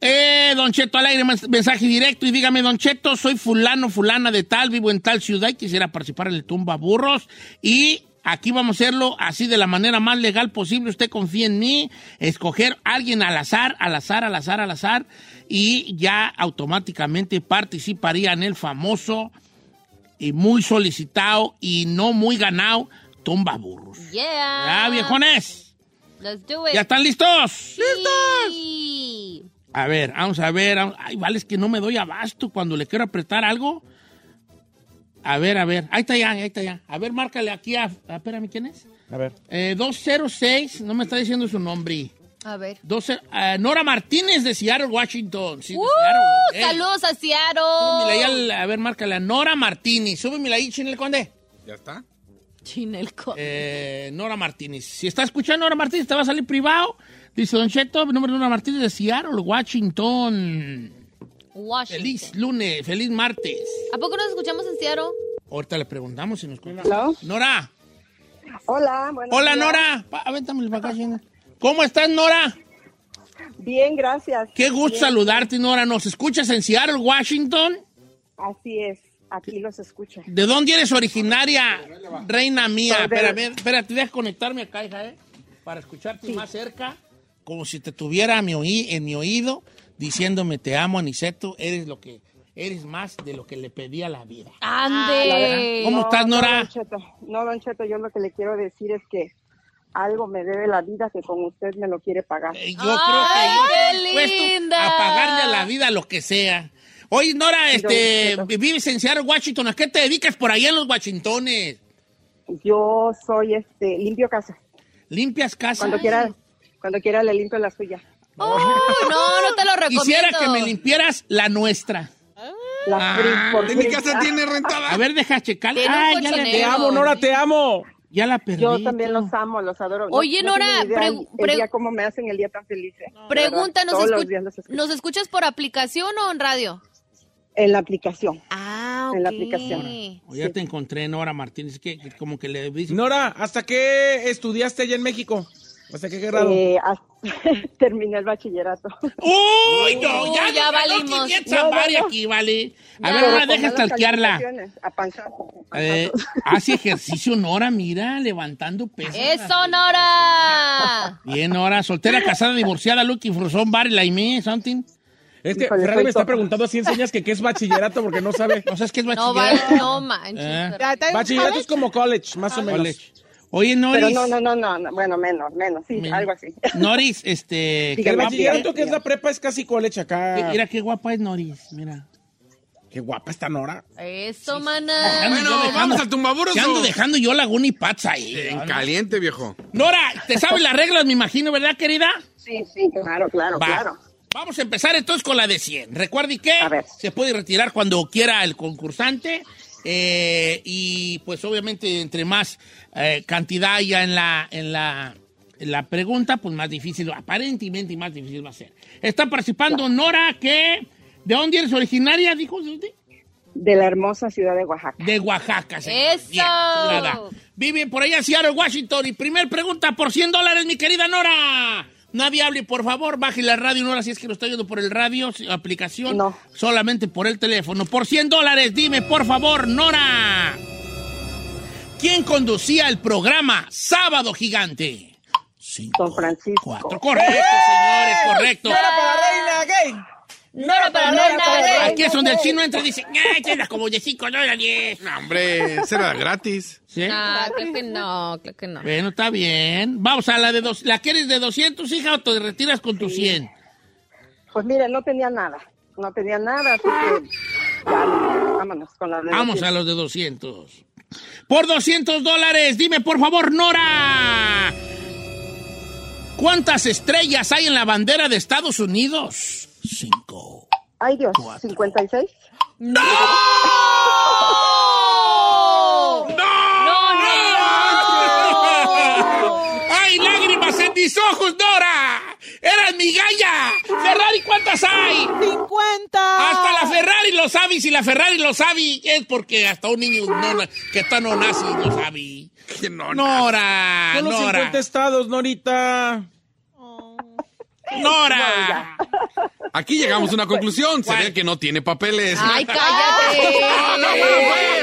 Eh, Don Cheto al aire, mens- mensaje directo y dígame, Don Cheto, soy fulano, fulana de tal, vivo en tal ciudad y quisiera participar en el tumba burros. Y aquí vamos a hacerlo así de la manera más legal posible. Usted confía en mí, escoger a alguien al azar, al azar, al azar, al azar. Y ya automáticamente participaría en el famoso y muy solicitado y no muy ganado, tumba burros. Yeah. Ah, ¿Ya, viejones? Let's do pues it. ¿Ya están listos? ¡Listos! A ver, vamos a ver. vamos- Ay, vale, es que no me doy abasto cuando le quiero apretar algo. A ver, a ver. Ahí está ya, ahí está ya. A ver, márcale aquí a... a- Espérame, ¿quién es? A ver. Eh, 206, no me está diciendo su nombre. A ver. 12, eh, Nora Martínez de Seattle, Washington. Sí, de ¡Uh! Seattle, ok. ¡Saludos a Seattle! Súbemela ahí al- a ver, márcale a Nora Martínez. Súbemela ahí, Chinel Conde. ¿Ya está? Chinelco. Eh, Nora Martínez. Si está escuchando Nora Martínez, te va a salir privado. Dice Don Cheto, mi nombre es Nora Martínez de Seattle, Washington. Washington. Feliz lunes, Eh, feliz martes. ¿A poco nos escuchamos en Seattle? Ahorita le preguntamos si nos cuenta. ¿Aló? Nora. Hola, buenos Hola, días. Nora. Pa- avéntame el bagaje, Nora. ¿Cómo estás, Nora? Bien, gracias. Qué gusto Bien. saludarte, Nora. ¿Nos escuchas en Seattle, Washington? Así es, aquí los escucho. ¿De dónde eres originaria, reina mía? Soy de- Espérame, espérate, deja conectarme acá, hija, ¿eh? Para escucharte más cerca, como si te tuviera a mi oí- en mi oído diciéndome te amo, Aniceto, eres lo que eres más de lo que le pedí a la vida. Ah, La verdad. ¡Ande! ¿Cómo estás, Nora? No, don Cheto, no, don Cheto, yo lo que le quiero decir es que algo me debe la vida que con usted me lo quiere pagar. Eh, Yo creo que yo estoy dispuesto a pagarle a la vida lo que sea. Oye, Nora, este, vives en Seattle, Washington. ¿A qué te dedicas por allá en los Washingtones? Yo soy, este, limpio casa. ¿Limpias casa? Cuando quiera, cuando quiera le limpio la suya. ¡Oh, no, no te lo recomiendo. Quisiera que me limpiaras la nuestra. La fri- por de fri- ah. rentada. A ver, deja checar. Tiene un Ay, ya la- colchonero. Te amo, Nora, te amo. Ya la perdí. Yo también los amo, los adoro. No- Oye, no Nora, tienen idea pregu- el pregu- día cómo me hacen el día tan feliz. eh. Pregunta, ¿nos, Todos los escu- días los escucho. ¿nos escuchas por aplicación o en radio? En la aplicación. Ah, En la ok. aplicación. Oh, Ya te encontré, Nora Martínez. Que, que como que le dice. Nora, ¿hasta qué estudiaste allá en México? ¿Hasta qué grado? Eh, hasta- terminé el bachillerato. ¡Uy, no! Ya, Uy, no, ya valimos. no, que- que No, no, Zambari no. aquí, vale. A Ya, ver, Nora, pero deja con malas stalkearla. calificaciones, A panzazo. Eh, hace ejercicio, Nora, mira, levantando pesas. ¡Eso, Nora! Bien, Nora, soltera, casada, divorciada, Lucky Fruzón, Barry, Laimé, something. Es que Freddy me está preguntando así enseñas que qué es bachillerato porque no sabe. No sabes qué es No, va, no manches. Ah. Eh. pero- Bachillerato es como college, más o menos. Oye, Pero Noris, Eh, no, no, no, no, no, bueno, menos, menos, sí, algo así. Noris, este... El guapa- bachillerato que es la prepa es casi college acá. Mira qué guapa es Noris, mira. Qué guapa está Nora. Eso, mana. Ando yo dejando- Te ando dejando yo Laguna y Pats ahí. En caliente, viejo. Nora, te sabes las reglas, me imagino, ¿verdad, querida? Sí, sí, claro, claro, Va. claro. Vamos a empezar entonces con la de 100. Recuerde que se puede retirar cuando quiera el concursante. eh, y pues obviamente entre más eh, cantidad ya en la, en, la, en la pregunta, pues más difícil, aparentemente más difícil va a ser. Está participando Nora, que... ¿De dónde eres originaria? Dijo, ¿de dónde? De la hermosa ciudad de Oaxaca. De Oaxaca, señor. ¡Eso! Bien, chulada. Vive por allá en Seattle, Washington. Y primer pregunta por 100 dólares, mi querida Nora. Nadie hable, por favor. Baje la radio, Nora, si es que lo está oyendo por el radio, si- aplicación. No. Solamente por el teléfono. Por 100 dólares, dime, por favor, Nora. ¿Quién conducía el programa Sábado Gigante? Cinco, Don Francisco. Cuatro. Correcto, señores, correcto. Nora para reina, gay. Nora para reina, gay. Aquí es donde el chino entra y dice, ¡ay, te das como de cinco, no era diez! No, Hombre, ese era gratis. ¿Sí? Ah, creo que no, creo que no. Bueno, está bien. Vamos a la de dos. ¿La quieres de 200, hija, o te retiras con tus 100? Pues mire, no tenía nada, no tenía nada, así que ya, vámonos con la de Vamos a los de 200. Por 200 dólares, dime por favor, Nora. ¿Cuántas estrellas hay en la bandera de Estados Unidos? Cinco. Ay Dios, 56. ¡No! ¡No! ¡Hay lágrimas en mis ojos, Nora! ¡Eras mi galla! ¡Ferrari, cuántas hay! ¡50! Hasta la Ferrari lo sabe, y si la Ferrari lo sabe, es porque hasta un niño no- que está no nazi lo sabe. Nora, Son los Ah, Nora, 50 estados, Norita. Nora. Aquí llegamos a una conclusión. Se ve que no tiene papeles. ¡Ay, cállate! No, no, bueno,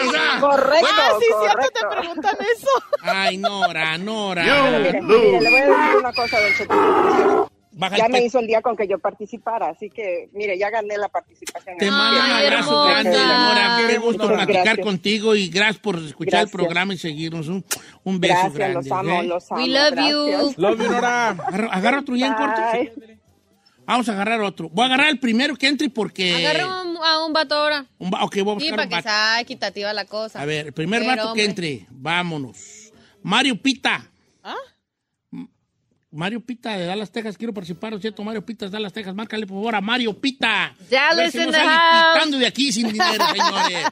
pues, o sea, Correcto, Ah, sí, correcto. cierto, te preguntan eso. Ay, Nora, Nora. Pero mire, mire, le voy a decir una cosa, don Cheto. Baja Ya el me pe- hizo el día con que yo participara, así que mire, ya gané la participación. Te mando un abrazo grande, Nora. Qué gusto Nora. platicar Gracias. contigo y gracias por escuchar el Gracias. programa y seguirnos. Un, un beso Gracias, grande. los amo, ¿eh? los amo, We love gracias. you. Love you, Nora. Agarra, agarra otro ya en corto. Vamos a agarrar otro. Voy a agarrar el primero que entre porque. Agarra un- a un vato ahora. un va- ok, voy a buscar Sí, un para que vato. sea equitativa la cosa. A ver, el primer Pero, vato que hombre. entre. Vámonos. Mario Pita. ¿Ah? Mario Pita de Dallas, Texas, quiero participar, ¿no ¿cierto? Mario Pita de Dallas, Texas, márcale por favor a Mario Pita. Dallas A ver si in no the sale house. pitando de aquí sin dinero, señores.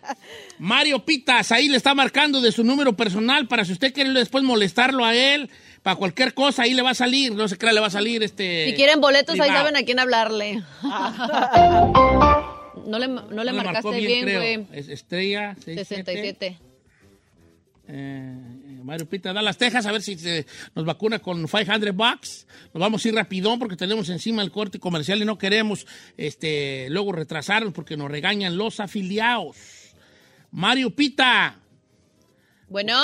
Mario Pitas, ahí le está marcando de su número personal para si usted quiere después molestarlo a él, para cualquier cosa, ahí le va a salir, no se crea, le va a salir este... Si quieren boletos, ahí privado. saben a quién hablarle. no le, no le No le marcó marcaste bien, creo. güey. Es- Estrella 67. 67. Eh, Mario Pita, Dallas, Texas, a ver si se- nos vacuna con 500 bucks. Nos vamos a ir rapidón porque tenemos encima el corte comercial y no queremos este, luego retrasarnos porque nos regañan los afiliados. Mario Pita. Bueno.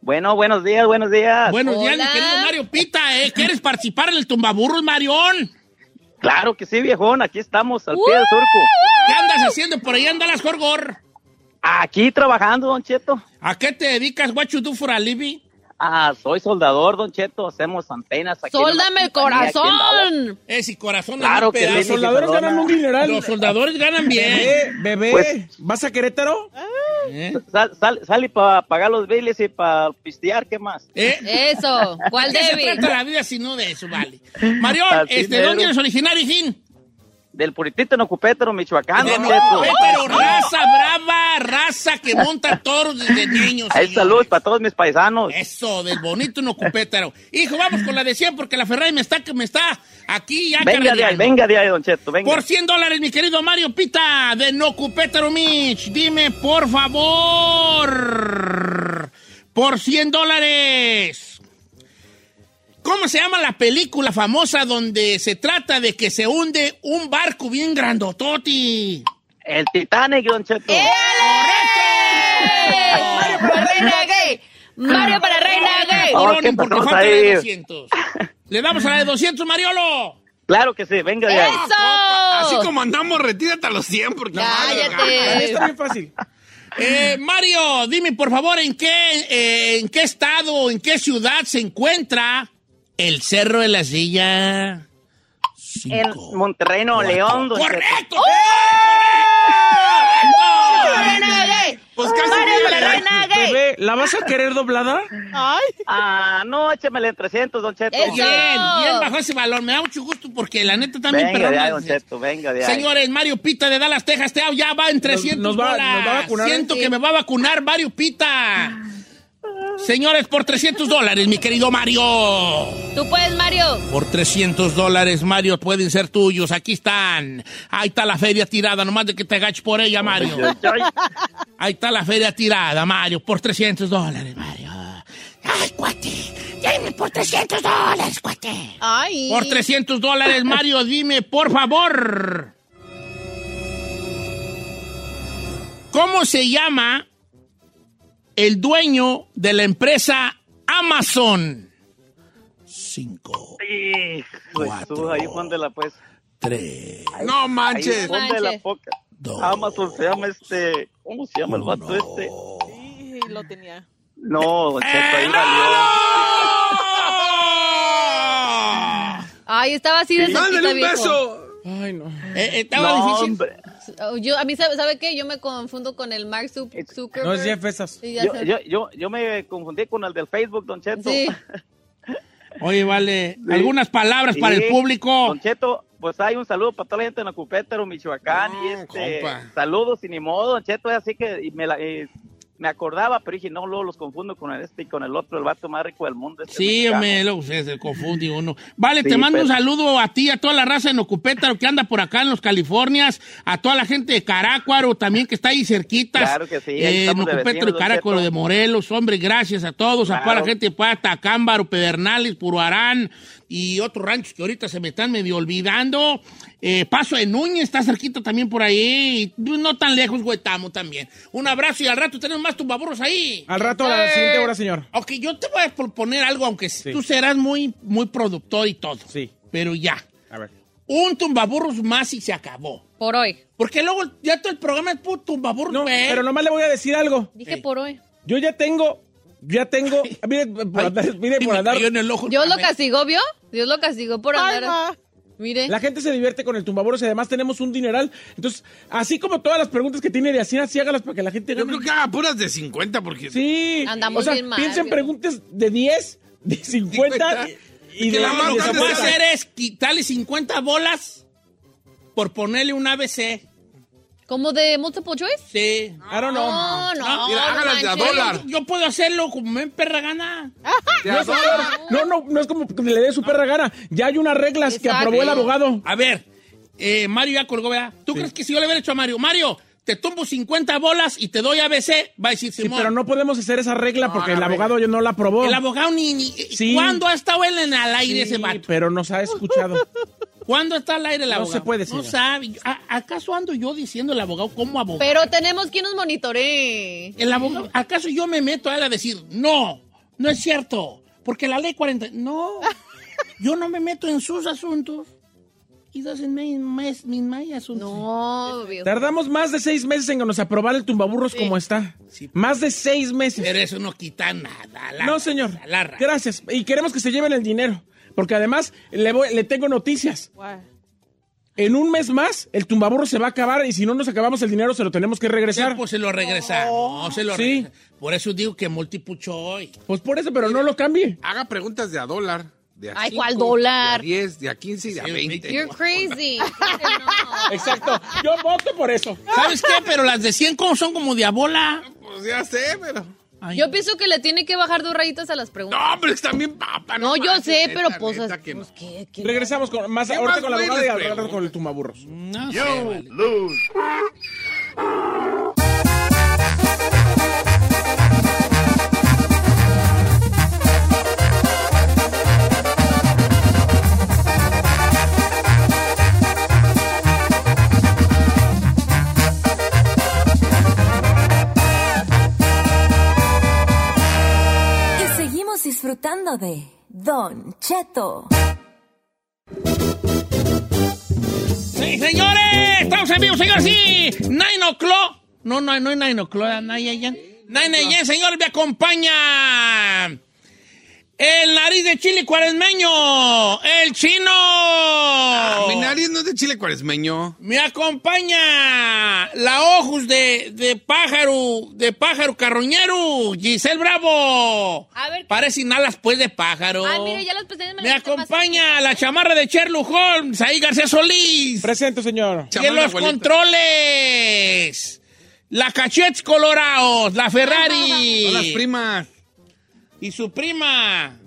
Bueno, buenos días, buenos días. Buenos días, mi querido Mario Pita. ¿eh? ¿Quieres participar en el tumbaburros, Marión? Claro que sí, viejón, aquí estamos, al pie del surco. ¿Qué andas haciendo por ahí? ¿Andas, Jorgor? Aquí trabajando, don Cheto. ¿A qué te dedicas? What you do for a living? Ah, soy soldador, don Cheto, hacemos antenas aquí. en ¡Sóldame una el compañía aquí en Dallas. corazón! Es y Eh, corazón. Claro que sí, Los mi soldadores Perdona. ganan un dineral. Los soldadores ganan Bebé, bien. ¿Eh? bebé, Pues- ¿vas a Querétaro? Sal, sal, sale para pagar los biles y para pistear, ¿qué más? ¿Eh? Eso. ¿Cuál ¿Qué se débil? trata la vida si no de eso, vale? Marión, Así este, mero. ¿dónde eres originario, Jim? Del puritito Ah, no cupétero, Michoacán, No, don no, Cheto. eh, pero raza brava, raza que monta toros desde niños. Ahí saludos para todos mis paisanos. Eso, del bonito no cupétaro. Hijo, vamos con la de 100 porque la Ferrari me está, me está aquí ya Venga de ahí, carrereando. venga de ahí, don Cheto, venga. Por 100 dólares, mi querido Mario Pita, de No Cupétaro Mitch. Dime, por favor. Por 100 dólares. ¿Cómo se llama la película famosa donde se trata de que se hunde un barco bien grandototi? El Titanic, don Cheto. ¡Mario para reina gay! ¡Mario para reina gay! Oh, ¿qué Coronen, porque pasamos falta la de ahí? 200. Le damos a la de 200, Mariolo. Claro que sí, venga de ahí. Así como andamos, retírate a los 100 porque... Cállate. Está bien fácil. Eh, Mario, dime por favor en qué, eh, en qué estado, en qué ciudad se encuentra el Cerro de la Silla. En Monterrey, Nuevo León, don Cheto. ¡Correcto! Pues casi Mario dile. para la reina gay. Bebé, ¿la vas a querer doblada? Ah, no, échamele en 300, don Cheto. Bien, bien bajó ese balón. Me da mucho gusto porque la neta también Venga de ahí, perrona. don Cheto, venga de ahí. Señores, Mario Pita de Dallas, Texas, te ya va en 300 nos va- bolas. nos va a vacunar, Siento ¿eh? que me va a vacunar Mario Pita. Señores, por 300 dólares, mi querido Mario. ¡Tú puedes, Mario! Por 300 dólares, Mario, pueden ser tuyos. Aquí están. Ahí está la feria tirada, nomás de que te agaches por ella, Mario. Ahí está la feria tirada, Mario, por 300 dólares, Mario. Ay, cuate, dime por 300 dólares, cuate. Ay. Por 300 dólares, Mario, dime, por favor. ¿Cómo se llama el dueño de la empresa Amazon? Cinco. Sí, pues tú, ahí póndela, pues. Tres. No manches. Ahí, póndela, poca. Amazon se llama este. ¿Cómo se llama el vato este? Sí, lo tenía. No, don Cheto, ahí valió. ¡Ah! Ay, estaba así de cerquita, viejo. Oh, Ay, no. Eh, Eh, estaba No, difícil. hombre. Yo, a mí, ¿sabe, sabe qué? Yo me confundo con el Mark Zuc- Zuckerberg. No, es Jeff Bezos. Sí, ya Eh, Yo, sé. yo, yo, yo me confundí con el del Facebook, don Cheto. Sí. Oye, vale, algunas palabras para Sí. el público. Don Cheto, pues hay un saludo para toda la gente de Nacupétaro, Michoacán. y este, Ah, compa. saludos y ni modo, Don Cheto, es así que y me, la- eh, me acordaba, pero dije, no, luego los confundo con el este y con el otro, el vato más rico del mundo. este Sí, mexicano. me lo se, se confunde uno. Vale, Sí, te mando un pero- saludo a ti, a toda la raza de Nocupétaro que anda por acá en los Californias, a toda la gente de Carácuaro también que está ahí cerquitas. Claro que sí, ahí estamos de Nocupétaro vecinos, y don Carácuaro Cheto. de Morelos, hombre, gracias a todos, a toda la Claro. gente de Pata, Cámbaro, Pedernales, Puruarán y otros ranchos que ahorita se me están medio olvidando. Eh, Paso de Núñez está cerquita también por ahí, y no tan lejos, Huetamo también. Un abrazo y al rato tenemos más tumbaburros ahí. Eh, Al rato, a la siguiente hora, señor. Ok, yo te voy a proponer algo, aunque tú serás muy, muy productor y todo. Sí. Pero ya. A ver. Un tumbaburros más y se acabó. Por hoy. Porque luego ya todo el programa es puro tumbaburros. No, güey. pero nomás le voy a decir algo. Dije por hoy. Yo ya tengo, yo ya tengo, mire, por andar, mire, por andar. Dios lo castigó, ¿vio? Dios lo castigó por andar. Mire. La gente se divierte con el tumbaboros y además tenemos un dineral. Entonces, así como todas las preguntas que tiene de así, así hágalas para que la gente... Yo creo que haga puras de 50 porque... Sí. Andamos o sea, bien mal, piensen viejo. preguntas de 10, de 50, Cincuenta. y- Y que de- la y marca que va a desaparezca. hacer es quitarle 50 bolas por ponerle un ABC. ¿Como de multiple choice? Sí. I don't know. Ah, No, no. Mira, no hágalas de a manches. dólar. Yo puedo hacerlo como me perra gana. No es, no, no, no es como que le dé su perra gana. Ya hay unas reglas que aprobó el abogado. A ver, eh, Mario ya colgó, ¿verdad? ¿Tú crees que si yo le hubiera hecho a Mario, Mario, te tumbo 50 bolas y te doy ABC? Va a decir Sí, Simón. pero no podemos hacer esa regla porque la el abogado yo no la aprobó. El abogado ni... ni- Sí. ¿Cuándo ha estado él en el aire Sí, ese vato? Pero nos ha escuchado. ¿Cuándo está al aire el No abogado? se puede, No señora. sabe. ¿A- ¿Acaso ando yo diciendo el abogado como abogado? Pero tenemos quien nos monitoree. El abogado, ¿acaso yo me meto a él a decir, no, no es cierto, porque la ley 40, no, yo no me meto en sus asuntos. Y doesn't mean my, mean my asuntos. No, viejo. Tardamos más de seis meses en que nos aprobara el tumbaburros como está. Más de seis meses. Pero eso no quita nada. la- no, señor. Larra. Gracias. Y queremos que se lleven el dinero. Porque además le, voy- le tengo noticias. En un mes más, el tumbaburro se va a acabar y si no nos acabamos el dinero, se lo tenemos que regresar. Pues se lo regresamos, se lo Sí. regresamos. Por eso digo que multipucho hoy. Pues por eso, pero no lo cambie. Haga preguntas de a dólar. De a Ay, ¿cuál cinco, dólar? De a 10, de a 15 y de a 20. You're crazy. Exacto. Yo voto por eso. ¿Sabes qué? Pero las de 100 como son como diabola. Pues ya sé, pero. Yo pienso que le tiene que bajar dos rayitas a las preguntas. No, pero están bien papas. No, yo sé, pero pues, pues, ¿qué? ¿Qué? Regresamos con más ¿Qué ahorita más con la güey abogada y les al rato pregunto? con el tumbaburros. No Yo sé, vale. Y seguimos disfrutando de Don Cheto. Sí, señores, estamos en vivo, señores, sí. Nine o'clock. No, no, no es nine o'clock, ¿eh? nine a.m. Nine a.m., señores, me acompaña. El nariz de chile cuaresmeño, el chino. Ah, Mi nariz no es de chile cuaresmeño. Me acompaña la ojos de, de pájaro, de pájaro carroñero, Giselle Bravo. A ver, Ah, Parecen alas pues de pájaro. Ay, mire, ya las pestañas me Me las quité más. acompaña la chamarra de Sherlock Holmes, ahí García Solís. Presente, señor. Y en los Abuelita. controles. La Cachets Colorados, la Ferrari. Son las primas. Y su prima.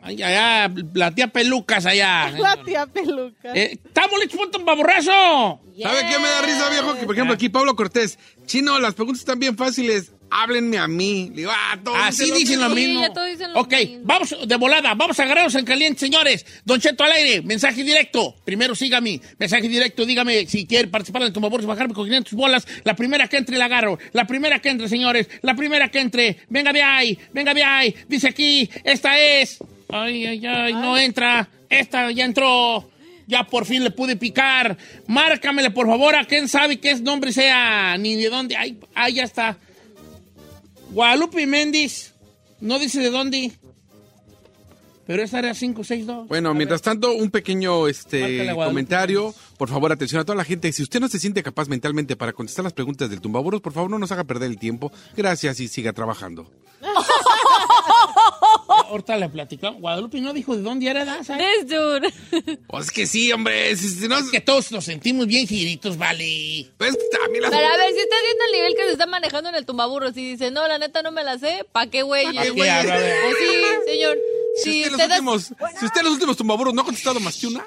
Ay, allá, la tía Pelucas allá. La tía peluca. Eh, ¡Estamos listos para un baborrazo! ¿Sabe qué me da risa, viejo? Que, por ejemplo, aquí Pablo Cortés. Chino, las preguntas están bien fáciles. Háblenme a mí. Le digo, ah, todo Así dice dicen lo mismo. ya todos dicen lo ok, vamos de volada, vamos a agarrarnos en caliente, señores. Don Cheto al aire, mensaje directo. Primero sígame, mensaje directo, dígame si quiere participar en el tumbaburros, bajarme con 500 bolas. La primera que entre la agarro, la primera que entre, señores, la primera que entre. Venga de ahí, venga de ahí, dice aquí, esta es. Ay, ay, ay, no entra, esta ya entró. Ya por fin le pude picar. Márcamele, por favor, a quien sabe qué es nombre sea, ni de dónde. Ay, ay, ya está. Guadalupe Méndez. No dice de dónde. Pero es área 562. Bueno, mientras tanto, un pequeño Márcale, este, Guadalupe. comentario. Por favor, atención a toda la gente. Si usted no se siente capaz mentalmente para contestar las preguntas del tumbaburos, por favor, no nos haga perder el tiempo. Gracias y siga trabajando. Oh. Ahorita le platicamos. Guadalupe no dijo de dónde era Daza. This dude. Pues que sí, hombre. Si, si no, Que todos nos sentimos bien giritos, vale. pues, también las... Pero a ver, si estás viendo el nivel que se está manejando en el tumbaburros y dice, no, la neta no me la sé, ¿pa' qué güey? qué, güey? Pues sí, señor. Si usted, Si los ustedes- últimos, si usted los últimos tumbaburos no ha contestado más que una.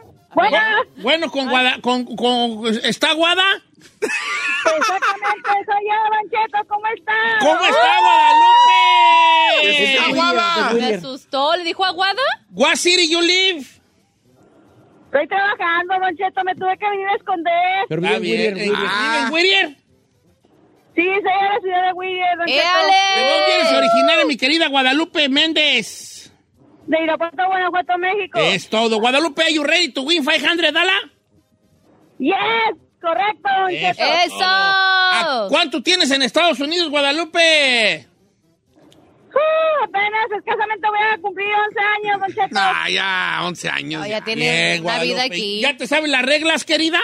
Bueno, Ah. con Guada, con, con- ¿está Guada? Exactamente, soy yo, Don Cheto, ¿cómo estás? ¿Cómo está Guadalupe? pues, ¡Está guada! Me asustó, le dijo aguada. What city you live? Estoy trabajando, Don Cheto, me tuve que venir a esconder. Pero Está bien. bien, Whittier, ¿En Whittier, Whittier. Whittier? Sí, soy de la ciudad de Whittier, Don ¿De ¡Éale! dónde eres originaria, mi querida Guadalupe Méndez? Cheto. De Irapuato, Guanajuato, México. Es todo. Guadalupe, are you ready to win 500 dala? Yes, correcto, Don Eso. Cheto. ¿A ¡Eso! ¿Cuánto tienes en Estados Unidos, Guadalupe? Uh, apenas escasamente voy a cumplir 11 años, Don Cheto. Ah, ya, 11 años. Ay, ya. ya tiene una Guadalupe. vida aquí. ¿Ya te sabes las reglas, querida?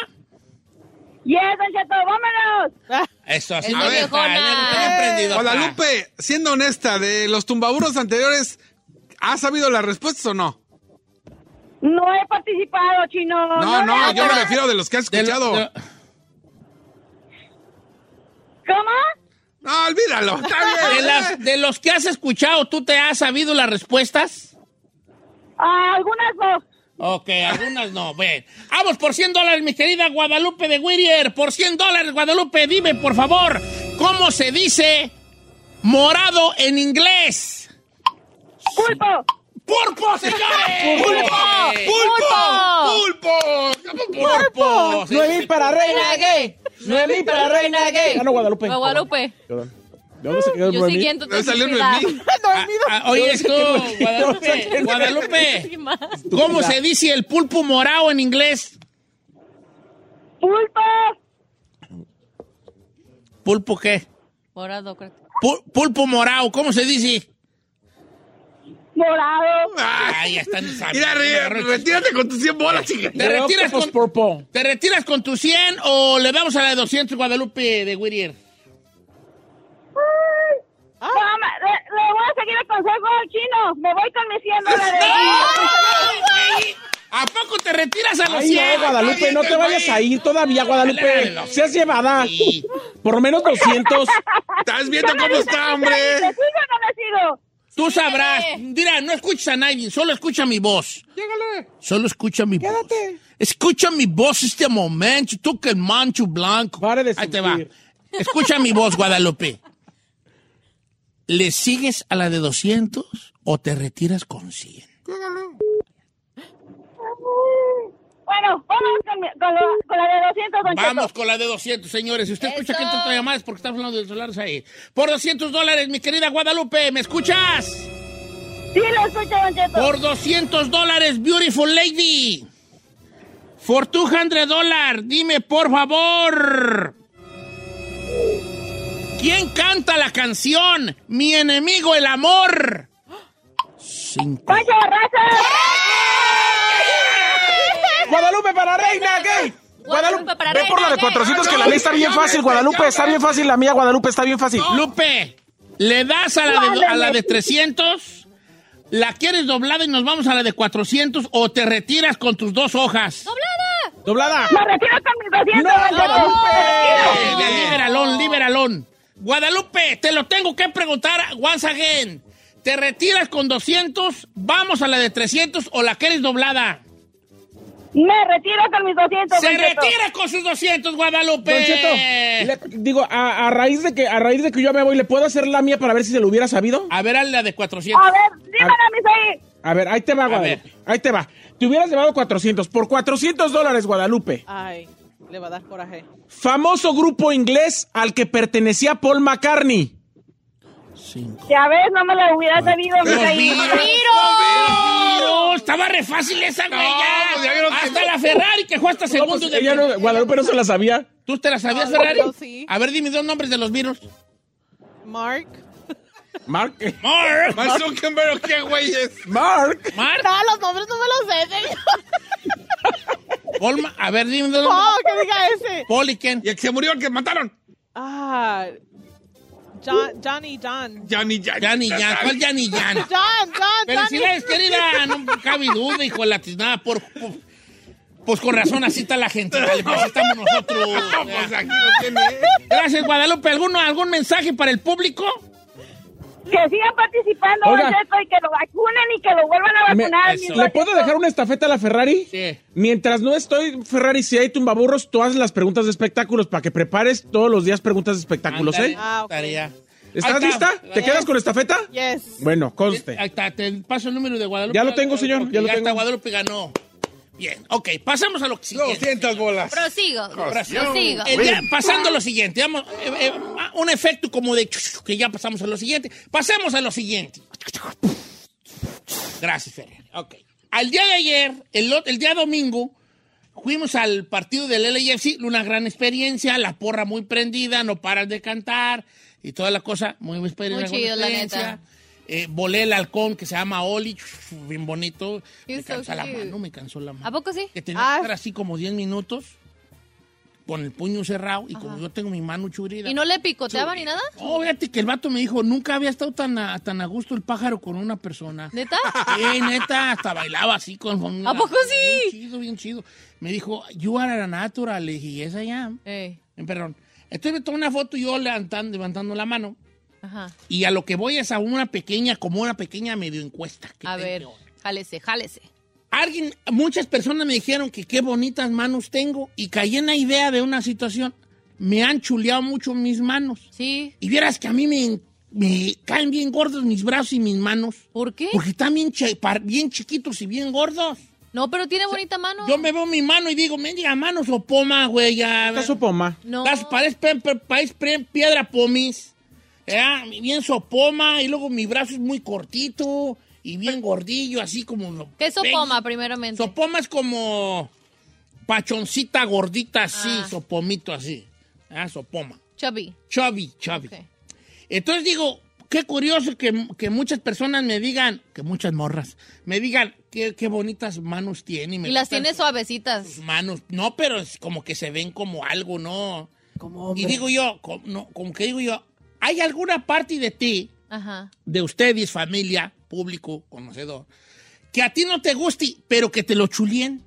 Yes, Don Cheto, vámonos. Eso, así Eso, me gusta, viejona. ya- ya he aprendido, pa. Guadalupe, siendo honesta, de los tumbaburos anteriores, ¿has sabido las respuestas o no? No he participado, chino. No, no, he yo me participado. refiero de los que has escuchado. ¿Cómo? No, olvídalo. De, las- de los que has escuchado, ¿tú te has sabido las respuestas? Ah, algunas no. Ok, algunas no. Ven. Vamos por 100 dólares, mi querida Guadalupe de Whittier. Por 100 dólares, Guadalupe, dime, por favor, ¿cómo se dice morado en inglés? ¡Pulpo! ¡Pulpo, señores! ¡Pulpo! ¡Pulpo! ¡Pulpo! ¡Pulpo! ¡Nueve mil para reina gay! ¡Nueve mil para reina gay! Ah, no, Guadalupe. Guadalupe. Perdón. ¿De dónde se quedó el Yo nueve mil? siguiendo tu intimidad. Ah, Oye, esto, Nueve Guadalupe, mil. Guadalupe, ¿cómo se dice el pulpo morado en inglés? ¡Pulpo! ¿Pulpo qué? Morado, creo. Pul- pulpo morado, ¿cómo se dice? Morado. Ay, ya están Mira, re- Eh, retírate con tus 100 bolas, chica. ¿Te retiras, con, ¿Te retiras con tus 100 o le damos a la de 200 Guadalupe de Whittier? No, ma- le, le voy a seguir el consejo al chino. Me voy con mis 100 dólares. ¿A poco te retiras a los Ay, 100? no, Guadalupe, no te vayas a ir todavía, Guadalupe. Seas llevada. Por lo menos 200. ¿Estás ¿Le sigo o no le sigo? Tú sabrás. Mira, no escuches a nadie, solo escucha mi voz. Llégale. Solo escucha mi voz. Escucha mi voz este momento. Tú que el mancho blanco. Ahí te va. Escucha mi voz, Guadalupe. ¿Le sigues a la de 200 o te retiras con 100? Bueno, vamos con, mi- con lo- con la de 200, don Vamos con la de 200, señores. Si usted escucha que entra otra llamada es porque estamos hablando de los dólares ahí. Por 200 dólares, mi querida Guadalupe, ¿me escuchas? Sí, lo escucho, don Cheto. Por 200 dólares, beautiful lady. For 200 dólares, dime por favor. ¿Quién canta la canción Mi enemigo el amor? ¡Pancho Guadalupe para reina gay. Guadalupe para Ve por la de 400 que la ley está bien fácil, Guadalupe. Está bien fácil la mía, Guadalupe. Está bien fácil. Lupe, ¿le das a la, de, a la de 300? ¿La quieres doblada y nos vamos a la de 400 o te retiras con tus dos hojas? ¡Doblada! ¡Doblada! Me retiro con mis 200, ¡No, don Cheto. Eh, Liberalón, liberalón. Guadalupe, te lo tengo que preguntar once again. ¿Te retiras con 200? ¿Vamos a la de 300 o la quieres doblada? Me retiro con mis 200, ¡Se don Cheto. retira con sus 200, Guadalupe! Don Cheto, le- digo, a, a raíz de que, a raíz de que yo me voy, ¿le puedo hacer la mía para ver si se lo hubiera sabido? A ver, a la de 400. A ver, dímela, mis ahí. A ver, ahí te va, Guadalupe. Ahí te va. Te hubieras llevado 400. Por 400 dólares, Guadalupe. Ay, le va a dar coraje. Famoso grupo inglés al que pertenecía Paul McCartney. Ya ves, no me la hubiera sabido, mis ahí. ¡Los virus! ¡Los virus! Estaba re fácil esa, güey. ya. Hasta la Ferrari que fue hasta No, segundo pues, de ella no- Guadalupe no se la sabía. ¿Tú te la sabías, No, Ferrari? yo sí. A ver, dime dos nombres de los virus. Mark. Mark. Mark. Mark Zuckerberg, ¿qué güey es? Mark. Mark. No, los nombres no me los sé, señor. Paul Ma- a ver, dime dos No, nombres. que diga ese. Paul y Ken. Y el que se murió, el que mataron. Ah, John, Johnny, John. Yanni, Yanni. Yanni Yan. ¿Cuál Yanni Yan? John, John, Felicidades, Johnny. querida. No cabe duda, hijo de la tiznada. Por, por- pues con razón, así está la gente. Dale, pues, estamos nosotros. Pues aquí lo tiene. Gracias, Guadalupe. ¿Alguno, ¿Algún mensaje para el público? Que sigan participando, Oiga. don Cheto, y que lo vacunen y que lo vuelvan a Me- vacunar. mis ¿Le puedo dejar una estafeta a la Ferrari? Sí. Mientras no estoy, Ferrari, si hay tumbaburros, tú haces las preguntas de espectáculos para que prepares todos los días preguntas de espectáculos, Ándale, ¿eh? Ah, ok. Tarea. ¿Estás Ahí está. lista? ¿Te quedas con la estafeta? Yes. Bueno, conste. Ahí está, te paso el número de Guadalupe. Ya lo tengo, señor, ya lo hasta tengo. Guadalupe ganó. Bien, ok, pasamos a lo siguiente. 200 bolas. Prosigo. Prosigo. Eh, ya, pasando a lo siguiente, vamos, eh, eh, un efecto como de que ya pasamos a lo siguiente. Pasemos a lo siguiente. ah, Gracias, Ferrer. Ok. Al día de ayer, el, o- el día domingo, fuimos al partido del LAFC, una gran experiencia, la porra muy prendida, no paras de cantar y toda la cosa, muy buena experiencia. Muy chido, la neta. Eh, volé el halcón que se llama Oli, bien bonito. He's Me so cansó la cute. mano, me cansó la mano ¿A poco sí? Ah. que tenía que estar así como 10 minutos con el puño cerrado y como yo tengo mi mano churrida. ¿Y no le picoteaba ni nada? Oh, fíjate que el vato me dijo, nunca había estado tan a, tan a gusto el pájaro con una persona. ¿Neta? Sí, neta, hasta bailaba así con... con ¿A poco sí? Bien chido, bien chido. Me dijo, you are a natural, le dije, yes I am. Eh, Perdón. Estoy tomando una foto yo levantando, levantando la mano Ajá. y a lo que voy es a una pequeña, como una pequeña medio encuesta. que A tengo. ver, jálese, jálese. Alguien, muchas personas me dijeron que qué bonitas manos tengo y caí en la idea de una situación. Me han chuleado mucho mis manos. Sí. Y vieras que a mí me, me caen bien gordos mis brazos y mis manos. ¿Por qué? Porque están bien, chi- par- bien chiquitos y bien gordos. No, pero tiene bonita mano. Yo me veo mi mano y digo, mendiga mano, sopoma, güey, ya. Está su poma. No. Las paredes, pe- pe- paredes pre- piedra pomis. ¿verdad? Bien sopoma y luego mi brazo es muy cortito y bien gordillo, así como... lo- ¿Qué sopoma, primeramente? Sopoma es como pachoncita gordita así, Ah. sopomito así. Ah, sopoma. Chubby. Chubby, chubby. Entonces digo, qué curioso que, que muchas personas me digan, que muchas morras, me digan qué, qué bonitas manos tiene. me Y las gustan tiene suavecitas. sus manos. No, pero es como que se ven como algo, ¿no? Y digo yo, como, no, como que digo yo, ¿hay alguna parte de ti, Ajá. de ustedes, familia, público, conocedor, que a ti no te guste, pero que te lo chulien?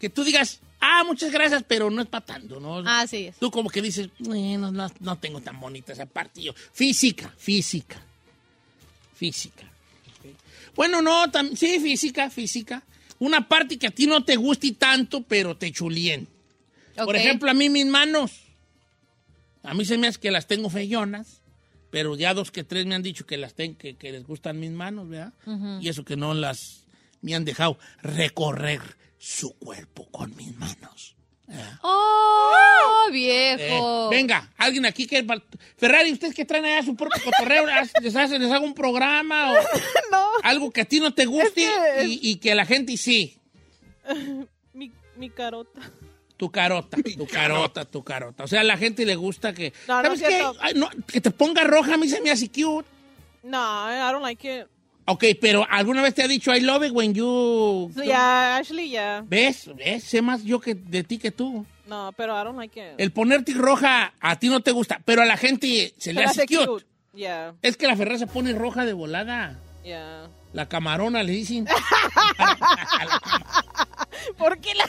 Que tú digas, ah, muchas gracias, pero no es para tanto, ¿no? Así es. Tú como que dices, "Eh, no, no- no tengo tan bonita esa parte. Yo, física, física, física. Bueno, no, tam- sí, física, física. Una parte que a ti no te guste tanto, pero te chulien. Por Ok. ejemplo, a mí mis manos. A mí se me hace que las tengo feyonas, pero ya dos que tres me han dicho que las ten- que, que les gustan mis manos, ¿verdad? Ujú. Y eso que no las me han dejado recorrer su cuerpo con mis manos. ¡Oh, Eh, viejo! venga, alguien aquí que... Ferrari, ¿ustedes que traen allá su propio cotorreo? ¿Haz- ¿Les, hacen, les hago un programa o algo que a ti no te guste que- y, y que a la gente sí? mi, mi carota. Tu carota, tu carota, tu carota. O sea, a la gente le gusta que... No, no ¿Sabes es qué? cierto. Ay, no, que te ponga roja a mí se me hace cute. No, I don't like it. Ok, pero ¿alguna vez te ha dicho I love it when you... So, yeah, actually, yeah. ¿Ves? ¿Ves? Sé más yo que de ti que tú. No, pero I don't like it. El ponerte roja a ti no te gusta, pero a la gente se le Pero hace hace cute. cute. Yeah, Es que la Ferrari se pone roja de volada. yeah. La camarona le dicen. ¿Por qué la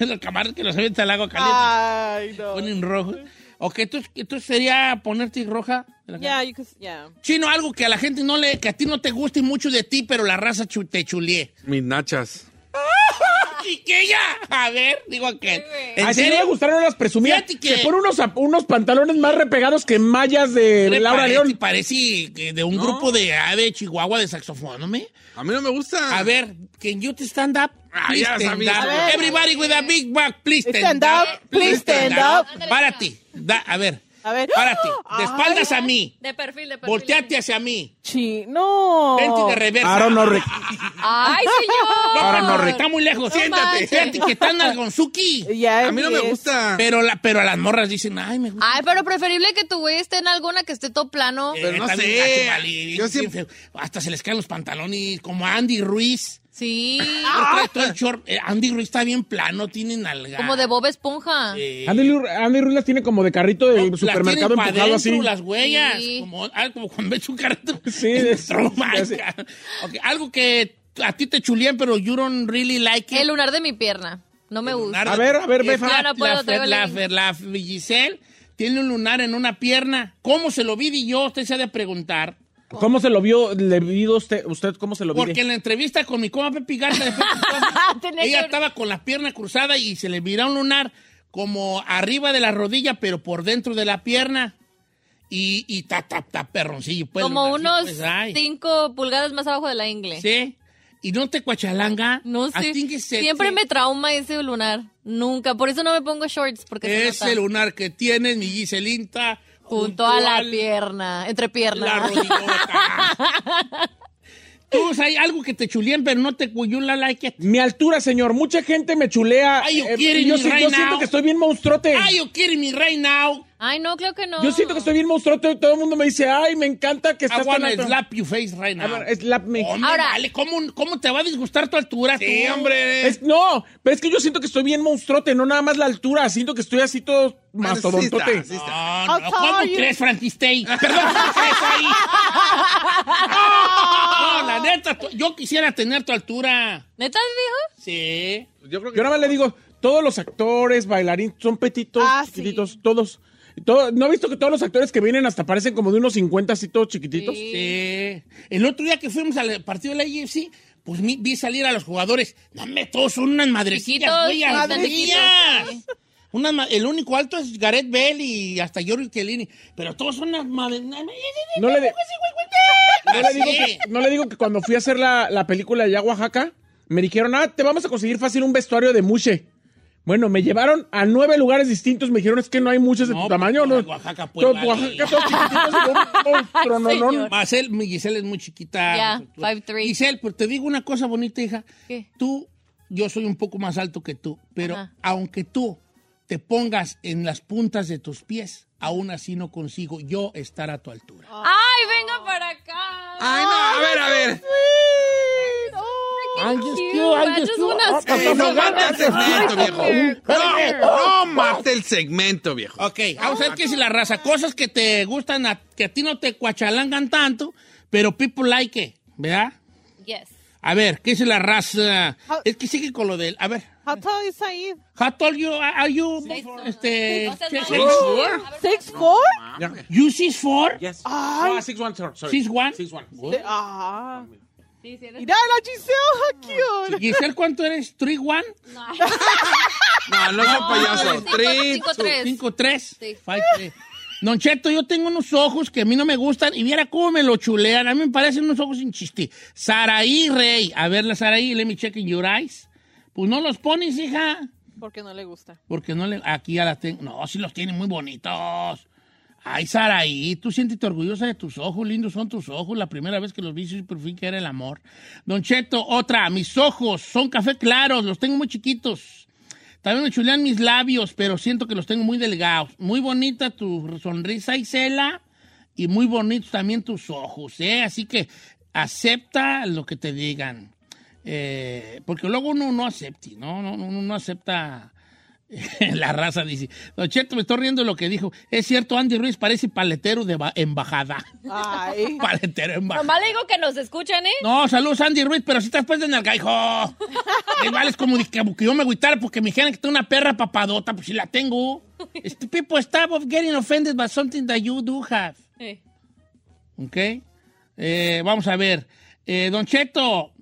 La, la camarona que los avienta al agua caliente. Ay, no. Ponen rojo. Ok, entonces, entonces sería ponerte roja. de la cara. Yeah, you could, yeah. Chino, algo que a la gente no le, que a ti no te guste mucho de ti, pero la raza chu- te chulié. Mis nachas. ¿Y qué ya? A ver, digo que. ¿En Así no le serio? gustaron las presumidas. Fíjate que- Se pone unos, zap- unos pantalones más repegados que mallas de Le Laura parece, León. parece que de un grupo de ave Chihuahua de saxofonome. A mí no me gusta. A ver, can you stand up? Ah, Please ya stand sabía. up. A ver. Everybody with a big back, please stand, Stand up. up, please stand up. Párate. Da- a ver, A ver. párate. De Ay. espaldas a mí. De perfil, de perfil. Volteate hacia mí. Chino. Vente de reversa. Ahora no re- ¡Ay, señor! Ahora no, recta. está muy lejos. No Siéntate. manches. Fíjate que están al Gonzuki. Yeah, A mí no me yes. gusta. Pero, la, pero las morras dicen, ay, me gusta. Ay, pero preferible que tu güey esté en alguna que esté todo plano. pero no Eh, Está bien sé. gacho, vale, Yo bien siempre- feo. Hasta se les caen los pantalones, como a Andy Ruiz. Sí. Trae todo el short. Eh, Andy Ruiz está bien plano, tiene nalga. Como de Bob Esponja. Eh, Andy, Lu- Andy Ruiz las tiene como de carrito de las supermercado tienen pa' empujado dentro, así. las huellas. Sí. Como, ah, como cuando ves un carrito. Sí, en el es- tromba. ya sé. Ok, algo que a ti te chulían, pero you don't really like it. El lunar de mi pierna. No me gusta. Leonardo- A ver, a ver, ve, Es Fran. la- Yo no puedo, la- traigo el la- living. la- Giselle tiene un lunar en una pierna. ¿Cómo se lo vi y yo? Usted se ha de preguntar. ¿Cómo se lo vio? ¿Le vio usted, usted cómo se lo vio? Porque en la entrevista con mi coma Pepi Garza, de Pepe Garza, Tenía ella que- estaba con la pierna cruzada y se le mira un lunar como arriba de la rodilla, pero por dentro de la pierna. Y, y ta, ta, ta, perroncillo. pues, Como lunarcito, pues, unos ay. 5 pulgadas más abajo de la ingle. Sí. Y no te cuachalanga. No I sé. think it's sexy. Siempre me trauma ese lunar. Nunca. Por eso no me pongo shorts. Porque se Es nota. el lunar que tienes, mi Giselinta. Junto a la al- pierna. Entre piernas. La rodillota. Tú, o sea, hay algo que te chulien, pero no te cuyula like it. Mi altura, señor. Mucha gente me chulea. Ay, you Eh, kidding yo me sí- yo right siento now. que estoy bien monstruote. Ay, you kidding me right now. Ay, no, creo que no. Yo siento que estoy bien monstruote. Todo el mundo me dice, ay, me encanta que I estás wanna alto". slap your face right now. slap me. Hombre, vale, ¿cómo, ¿cómo te va a disgustar tu altura, Sí, tú? hombre. Es- no, pero es que yo siento que estoy bien monstruote, no nada más la altura. Siento que estoy así todo mastodontote. sí está. No, How no, tall ¿cómo are you? crees, Frankenstein? Perdón, ¿cómo crees ahí? No, la neta, tú- yo quisiera tener tu altura. ¿Neta, dijo? Sí. Yo creo Yo nada más le digo, todos los actores, bailarines, son petitos, chiquititos, todos. Todo- ¿No ha visto que todos los actores que vienen hasta parecen como de unos 50 así todos chiquititos? Sí. El otro día que fuimos al partido de la IFC, pues mi- vi salir a los jugadores. Dame todos son unas madrecillas, Chiquitos, güey, están madrecillas. Unas ma- el único alto es Gareth Bell y hasta Giorgio Chiellini. Pero todos son unas madres. No le, de- no, le digo Así. que, no le digo que cuando fui a hacer la, la película allá a Oaxaca, me dijeron, ah, te vamos a conseguir fácil un vestuario de mushe. Bueno, me llevaron a nueve lugares distintos, me dijeron, es que no hay muchos de tu tamaño. No, Oaxaca, pues, Todo- vale. Oaxaca, todos chiquititos, un monstruo, no, no, no. Más él, mi Giselle es muy chiquita. Ya, Tú- Giselle, pero te digo una cosa bonita, hija. Tú, yo soy un poco más alto que tú, pero Ajá. aunque tú te pongas en las puntas de tus pies, aún así no consigo yo estar a tu altura. Ay, venga para acá. Ay, no, a ver, a ver. Ay, I just wanna Ey, no mate el segmento, see- viejo. No, no mate el segmento, viejo. Ok, vamos a ver qué es la raza. Cosas que te gustan, a- que a ti no te cuachalangan tanto, pero people like it, ¿verdad? Yes. A ver, ¿qué es la raza? Es que sigue con lo del... A ver. How tall is Said? How tall you are are you? Este, No seas six, malo. four? Six four? You six four? Yes. Ay. No, six one, sorry, sorry. Six one? De- Good. Ah. Sí, sí, eres- Ah. Mira la Giselle, how cute. Giselle, ¿cuánto eres? ¿Three one? No, no sea payaso. cinco- Three, cinco, two. tres. Cinco tres. Sí. Five, three. Don Cheto, yo tengo unos ojos que a mí no me gustan y viera cómo me lo chulean. A mí me parecen unos ojos sin chiste. Saraí Rey. A ver, la Saraí, let me check in your eyes. Pues no los pones, hija. Porque no le gusta. Porque no le. Aquí ya las tengo. No, sí los tienen muy bonitos. Ay, Saraí, tú siéntete orgullosa de tus ojos, lindos son tus ojos. La primera vez que los vi, sí, por fin que era el amor. Don Cheto, otra, mis ojos son café claros, los tengo muy chiquitos. También me chulean mis labios, pero siento que los tengo muy delgados. Muy bonita tu sonrisa, Isela, y muy bonitos también tus ojos, ¿eh? Así que acepta lo que te digan. Eh, porque luego uno no acepta, ¿no? No, no, no acepta. la raza dice, Don Cheto, me estoy riendo de lo que dijo. Es cierto, Andy Ruiz parece paletero de ba- embajada. Ay. paletero de embajada. Nomás le digo que nos escuchan, ¿eh? No, saludos Andy Ruiz, pero si estás pues de nalga, hijo. Me vales como de que, que yo me agüitara porque me dijeran que tengo una perra papadota, pues si la tengo. Este people stop of getting offended by something that you do have. Eh. ¿Ok? Eh, vamos a ver. Eh, don Cheto,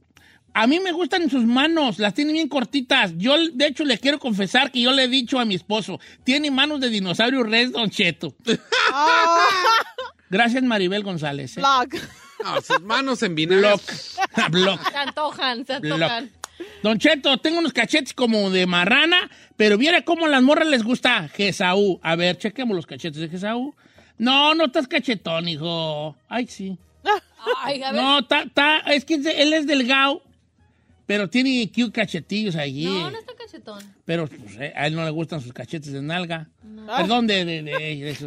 a mí me gustan sus manos, las tiene bien cortitas. Yo, de hecho, le quiero confesar que yo le he dicho a mi esposo, tiene manos de dinosaurio res, Don Cheto. Gracias, Maribel González. ¿eh? Blog. No, sus manos en vinagre. Block. Se antojan, se Block. antojan. Don Cheto, tengo unos cachetes como de marrana, pero viera cómo las morras les gusta Jesaú. A ver, chequemos los cachetes de Jesaú. No, no estás cachetón, hijo. Ay, sí. Ay, Ah, a ver. No, ta, ta- es que es de- él es delgado, pero tiene cute cachetillos allí. No, no está cachetón. Pero pues, eh, a él no le gustan sus cachetes de nalga. No. Perdón, de, de, de- de eso.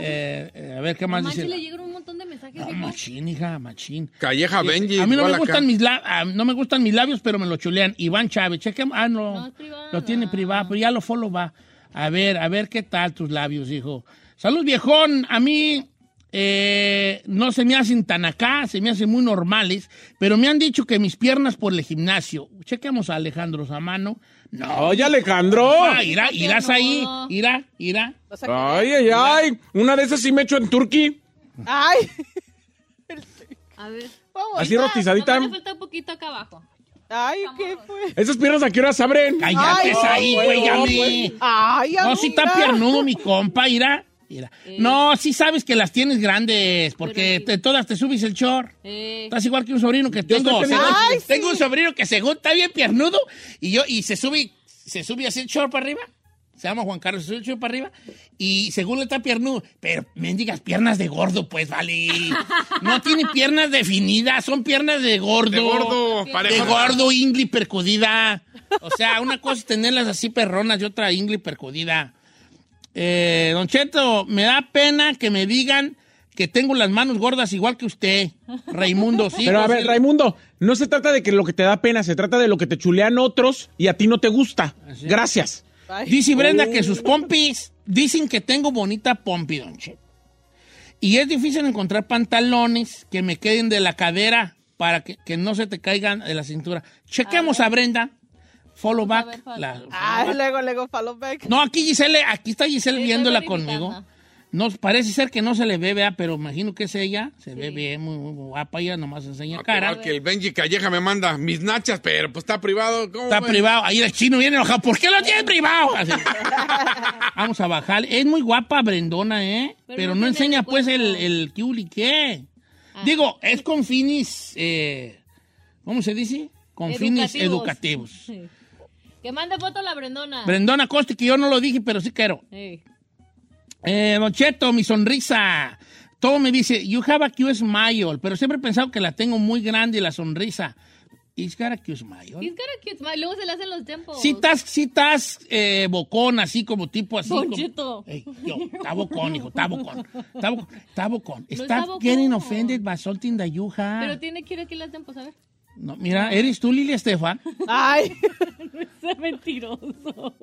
Eh, eh, a ver, ¿qué más Nomás dice? sí le llegan un montón de mensajes. No, viejo. machín, hija, machín. Calleja Dice, Benji. a mí no me, igual acá. gustan mis la- ah, no me gustan mis labios, pero me lo chulean. Iván Chávez, cheque. Ah, no. No, es privada. Lo tiene privado, pero ya lo follow va. A ver, a ver qué tal tus labios, hijo. Salud, viejón. A mí eh, no se me hacen tan acá, se me hacen muy normales, pero me han dicho que mis piernas por el gimnasio. Chequemos a Alejandro Samano. No. Oye, Oh. Alejandro. Ah, irá, irás ahí, irá, irá. Ay, ay, ay. Una de esas sí me echo en Turquía. Ay. A ver. Así rotizadita. Nomás le falta un poquito acá abajo. Ay, ¿qué fue? Esas piernas a qué hora se abren. Cállate, Ay, ahí, no, güey, ya no, me- pues. Ay, No, si está amiga. Eh. piernudo mi compa, irá. irá. No, sí sabes que las tienes grandes, porque te- todas te subes el short. Eh. Estás igual que un sobrino que tengo. estoy según- Ay, sí. tengo un sobrino que según está bien piernudo y yo y se sube se sube así el short para arriba. Se llama Juan Carlos, se sube el short para arriba y según le está piernudo, pero mendigas piernas de gordo, pues vale. No tiene piernas definidas, son piernas de gordo. De gordo, De parejo. gordo, ingli percudida. O sea, una cosa es tenerlas así perronas y otra ingli percudida. Eh, don Cheto, me da pena que me digan que tengo las manos gordas igual que usted, Raimundo. Sí, Pero a no, ver, sí. Raimundo, no se trata de que lo que te da pena, se trata de lo que te chulean otros y a ti no te gusta. Gracias. Oh. Dice Brenda que sus pompis dicen que tengo bonita pompi, don Cheto. Y es difícil encontrar pantalones que me queden de la cadera para que, que no se te caigan de la cintura. Chequemos a, Brenda. Follow back. la- Ah, luego, luego, follow back. No, aquí Giselle, aquí está Giselle viéndola conmigo. No, parece ser que no se le ve, vea, pero imagino que es ella. Se ve bien, muy, muy guapa, ella nomás enseña cara. Ah, Igual que el Benji Calleja me manda mis nachas, pero pues está privado. ¿cómo Está ven? privado. Ahí el chino viene enojado. ¿Por qué lo tiene privado? Así. Vamos a bajar. Es muy guapa Brendona, ¿eh? Pero, Pero no, no tiene enseña el pues el, cuerpo. el kiuli, ¿qué? Digo, es con finis, eh, ¿cómo se dice? Con fines educativos. Sí. Que mande foto la Brendona. Brendona Costi, que yo no lo dije, pero sí quiero. Sí. Eh, Don Cheto, mi sonrisa. Todo me dice, you have a cute smile, pero siempre he pensado que la tengo muy grande la sonrisa. It's got a cute smile. He's got a cute smile. Luego se le hacen los tiempos. Si estás, si estás eh, bocón, así como tipo así. Don como- Cheto. Ey, yo, está bocón, hijo, está bocón. Está bocón. Está bocón. está Estás bocón. getting offended by something that you have. Pero tiene que ir aquí las tiempos, a ver. No, mira, eres tú, Lili Estefan. Ay. no es mentiroso.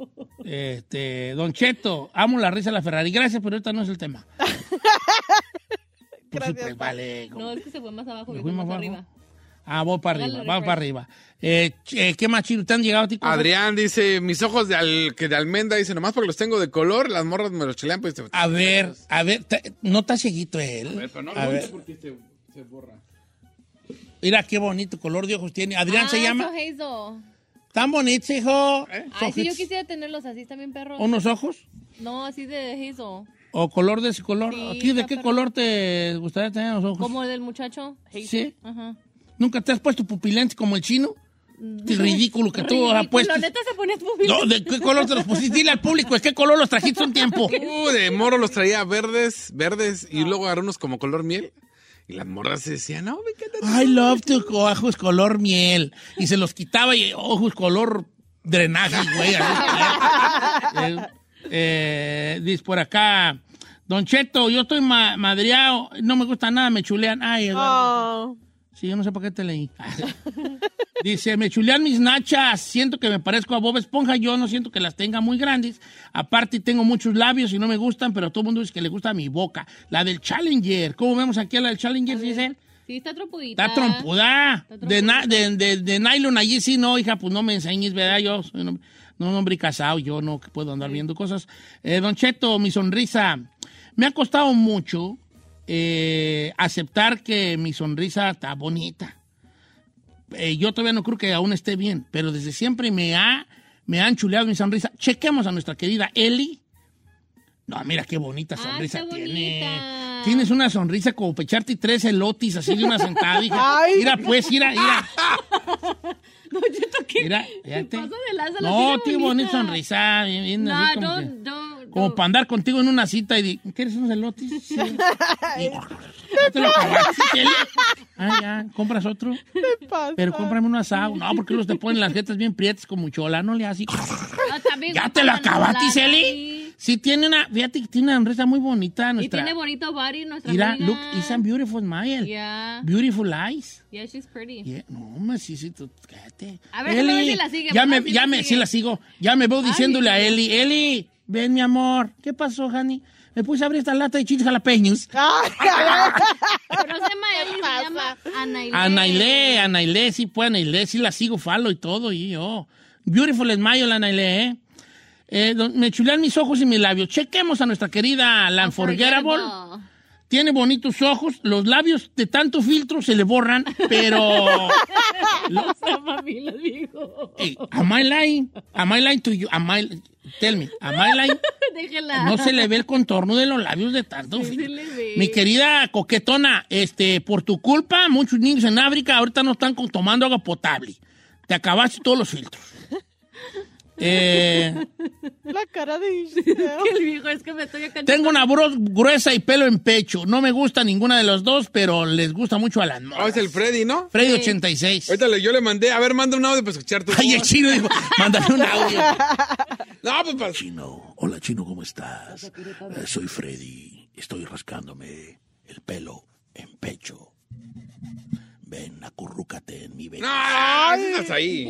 Este, Don Cheto, amo la risa de la Ferrari. Gracias, pero ahorita no es el tema. Pues sí, pues, vale. No, es que se fue más abajo. Me yo fui fui más más abajo. arriba. Ah, vos para Dale, arriba, vamos refresh. para arriba. Eh, ch- eh, ¿Qué más chido? ¿Te han llegado a ti? cosas? Adrián dice, mis ojos de, al- que de almendra, dice, nomás porque los tengo de color, las morras me los chilean. Pues, A ver, a ver, te- no está cieguito él. A ver, pero no a ver. porque se, borra. Mira qué bonito color de ojos tiene. Adrián se Ah, llama. so hazel. Tan bonito, hijo. Ay, si yo Ojitos. quisiera tenerlos así también, perro. ¿Unos ojos? No, así de hazel. ¿O color de ese color? Sí, ¿Aquí de está qué perro. color te gustaría tener los ojos? Como el del muchacho. Sí. Ajá. ¿Nunca te has puesto pupilentes como el chino? Qué ridículo que tú has Ridículo, puesto. neta se ponía No, ¿de qué color te los pusiste? pues Dile al público, ¿es qué color los trajiste un tiempo? Uh, de moro los traía verdes, verdes, y luego agarré unos como color miel. Y las morras se decían, no, me encanta. I love tu ojos color miel. Y se los quitaba y ojos color drenaje, güey. así. Eh, eh, dice por acá, Don Cheto, yo estoy ma- madreado, no me gusta nada, me chulean. Ay, Eduardo. Sí, yo no sé por qué te leí. Dice, me chulean mis nachas, siento que me parezco a Bob Esponja, yo no siento que las tenga muy grandes. Aparte, tengo muchos labios y no me gustan, pero todo el mundo dice que le gusta mi boca. La del Challenger, ¿cómo vemos aquí a la del Challenger, Giselle? Sí, está trompudita. Está trompuda. De, na- de, de- de nylon allí sí, no, hija, pues no me enseñes, ¿verdad? Yo soy un, hom- no, un hombre casado, yo no puedo andar viendo cosas. Eh, don Cheto, mi sonrisa. Me ha costado mucho eh, aceptar que mi sonrisa está bonita. Eh, yo todavía no creo que aún esté bien, pero desde siempre me, ha, me han chuleado mi sonrisa. Chequemos a nuestra querida Eli. No, mira Ah, qué bonita sonrisa tiene. Tienes una sonrisa como pecharte tres elotis así de una sentada, hija. Ay. Mira, pues, mira, mira. Mira, fíjate. Paso de lanza, la No, tiene tío, bonita bonita. sonrisa. bien, bien, así No, como, no, que- no. como para andar contigo en una cita y di, ¿quieres unos elotis? Sí. Ya te lo acabaste, Kelly. Ah, ya, ¿compras otro? Pero cómprame un asado. No, porque los te ponen las jetas bien prietas como chola, no le haces. Ya te lo acabaste, Celi. Sí, tiene una, fíjate que tiene una sonrisa muy bonita Y nuestra. tiene bonito body nuestra Mira, amiga. look, it's a beautiful smile. Yeah. Beautiful eyes. Yeah, she's pretty. Yeah, No, hombre, sí, sí, tú, cállate. A ver, déjame ver si la sigue, Ya mamá, me, si ya la me, sigue. sí la sigo. Ya me veo diciéndole a sí. Eli, Eli, ven, mi amor. ¿Qué pasó, Hani? Me puse a abrir esta lata de chiles jalapeños. Pero se llama Eli, se llama Anailé. Anailé, Anailé, sí, pues Anailé, sí la sigo, falo y todo, y yo. Beautiful smile, Anailé, ¿eh? Eh, don- me chulean mis ojos y mis labios. Chequemos a nuestra querida La Unforgettable. Tiene bonitos ojos, los labios de tanto filtro se le borran, pero... Lo- Eh. Mami lo dijo. Ey, am I lying? Am I lying to you? Am I- Tell me, am I lying? Déjela. No se le ve el contorno de los labios de tanto filtro. ve. Mi querida coquetona, este, por tu culpa, muchos niños en África ahorita no están con- tomando agua potable. Te acabaste todos los filtros. Eh, La cara de que el viejo es que me estoy acá. tengo una voz gruesa y pelo en pecho. No me gusta ninguna de los dos, pero les gusta mucho a las morras. Oh, es el Freddy, ¿no? Freddy 86. Ahorita le- yo le mandé, a ver, manda un audio para escuchar tu Ay, el chino dijo, mándale un audio. No, pues para... Chino, Hola chino, ¿cómo estás? Eh, soy Freddy. Estoy rascándome el pelo en pecho. Ven, acurrúcate en mi No, vena. andas ahí.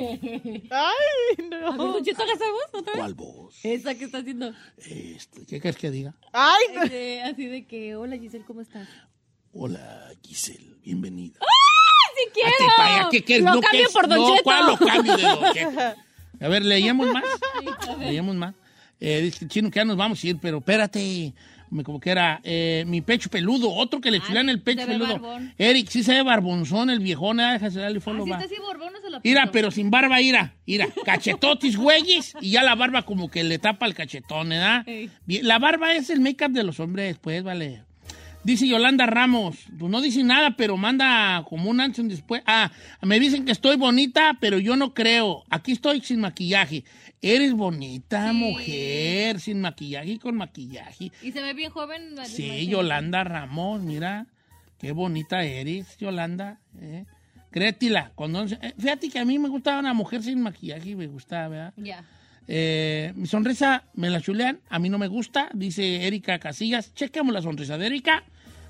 Ay, no. ¿Don Cheto haga esa voz otra vez? ¿Cuál voz? Esa que está haciendo. Este, ¿Qué quieres que diga? Ay, Este, así de que, hola Giselle, ¿cómo estás? Hola Giselle, bienvenida. ¡Ah, sí quiero! Hazte pa' allá, ¿qué quieres? Lo No, cambio ¿qué? por Don No, Cheto. ¿cuál lo cambio de Don Cheto? A ver, leíamos más. Leíamos más. Eh, dice, chino, que ya nos vamos a ir, pero espérate. Me- Como que era eh, mi pecho peludo, otro que le filan el pecho Ah, se ve peludo. barbón. Eric, sí se ve barbonzón, el viejón, ah, déjase darle follow Si va. está así borbón, no se lo Mira, pinto. pero sin barba, ira, ira. Cachetotis, güeyes, y ya la barba como que le tapa el cachetón, ¿verdad? Ey. Bien, La barba es el make-up de los hombres, pues, vale. Dice Yolanda Ramos, pues no dice nada, pero manda como un antes y un después. Ah, me dicen que estoy bonita, pero yo no creo. Aquí estoy sin maquillaje. Eres bonita, mujer, sin maquillaje y con maquillaje. Y se ve bien joven. la Sí, imagen. Yolanda Ramos, mira, qué bonita eres, Yolanda. ¿eh? Créetila, con once- eh, Fíjate que a mí me gustaba una mujer sin maquillaje, me gustaba, ¿verdad? Ya. Eh, mi sonrisa me la chulean, a mí no me gusta, dice Erika Casillas. Checamos la sonrisa de Erika.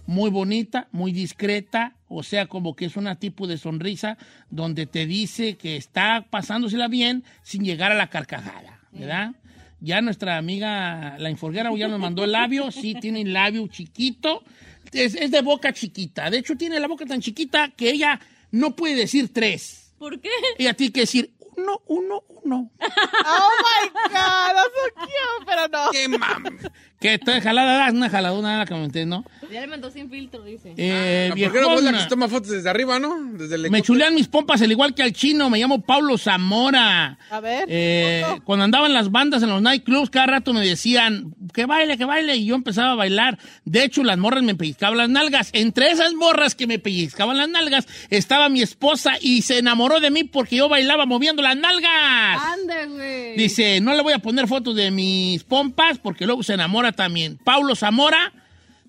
Muy bonita, muy discreta, o sea, como que es una tipo de sonrisa donde te dice que está pasándosela bien sin llegar a la carcajada, ¿verdad? Ya nuestra amiga la inforguera ya nos mandó el labio, sí, tiene el labio chiquito, es, es de boca chiquita, de hecho tiene la boca tan chiquita que ella no puede decir tres, ¿Por qué? ella tiene que decir uno, uno, uno. Oh my god, that's so cute, pero no. ¡Qué mami! Que estoy jalada, das una jaladona la que me entiendes, ¿no? Ya le mandó sin filtro, dice. Eh, Ah, ¿Por qué viejona, no vos la que se toma fotos desde arriba, no? Desde el me helicóptero. chulean mis pompas al igual que al chino, me llamo Pablo Zamora. A ver. Eh, cuando andaban las bandas en los nightclubs, cada rato me decían, que baile, que baile, y yo empezaba a bailar. De hecho, las morras me pellizcaban las nalgas. Entre esas morras que me pellizcaban las nalgas estaba mi esposa y se enamoró de mí porque yo bailaba moviendo las nalgas. Anda, güey. Dice, no le voy a poner fotos de mis pompas porque luego se enamora también. Paulo Zamora,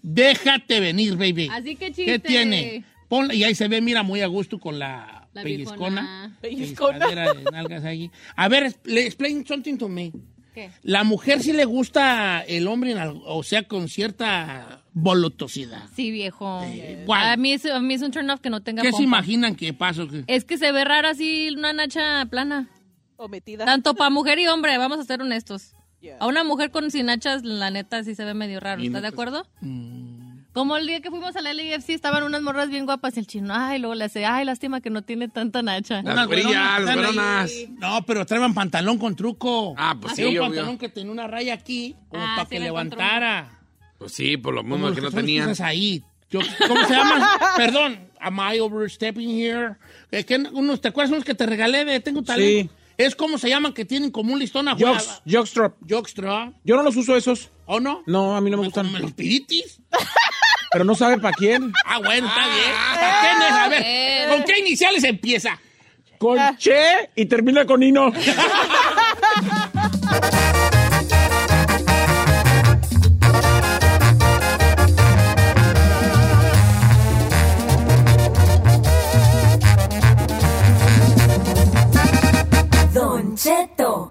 déjate venir, baby. Así que chiste. ¿Qué tiene? Ponla- y ahí se ve, mira, muy a gusto con la, La pellizcona. viejona. Pellizcona. pellizcadera de nalgas ahí. A ver, es- le explain something to me. ¿Qué? La mujer sí le gusta el hombre, en al- o sea, con cierta voluptuosidad. Sí, viejo. ¿cuál? A, mí es, a mí es un turn off que no tenga ¿Qué se pompa. imaginan que pasó? Que- Es que se ve rara así una nacha plana. O metida. Tanto para mujer y hombre, vamos a ser honestos. Yeah. A una mujer con sin nachas, la neta, sí se ve medio raro. Y ¿Estás de neta, acuerdo? Como el día que fuimos a la LFC estaban unas morras bien guapas y el chino, ay, luego le hace, ay, lástima que no tiene tanta nacha. Unas güerillas, las güeronas están ahí. güeronas. No, pero traen pantalón con truco. Ah, pues Así sí, un obvio. pantalón que tenía una raya aquí, como Ah, para sí que la encontró. levantara. Pues sí, por lo Como mismo los que no son los tenían. estás ahí. Yo- ¿Cómo se llaman? Perdón, am I overstepping here? Eh, que unos, ¿Te acuerdas unos que te regalé de Tengo Talento? Es como se llaman que tienen como un listón a Jocks, jockstrap. Jockstra. Yo no los uso esos. ¿O no? No, a mí no me gustan. ¿Me los piritis? Pero no sabe para quién. Ah, bueno, está bien. ¿Qué no es? A Eh. ver, ¿con qué iniciales empieza? Con che y termina con Ino. Don Cheto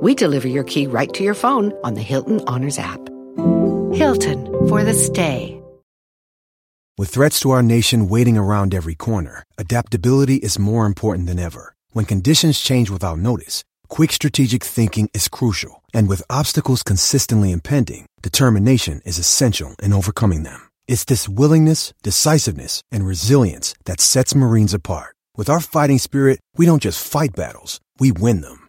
we deliver your key right to your phone on the Hilton Honors app. Hilton for the stay. With threats to our nation waiting around every corner, adaptability is more important than ever. When conditions change without notice, quick strategic thinking is crucial. And with obstacles consistently impending, determination is essential in overcoming them. It's this willingness, decisiveness, and resilience that sets Marines apart. With our fighting spirit, we don't just fight battles, we win them.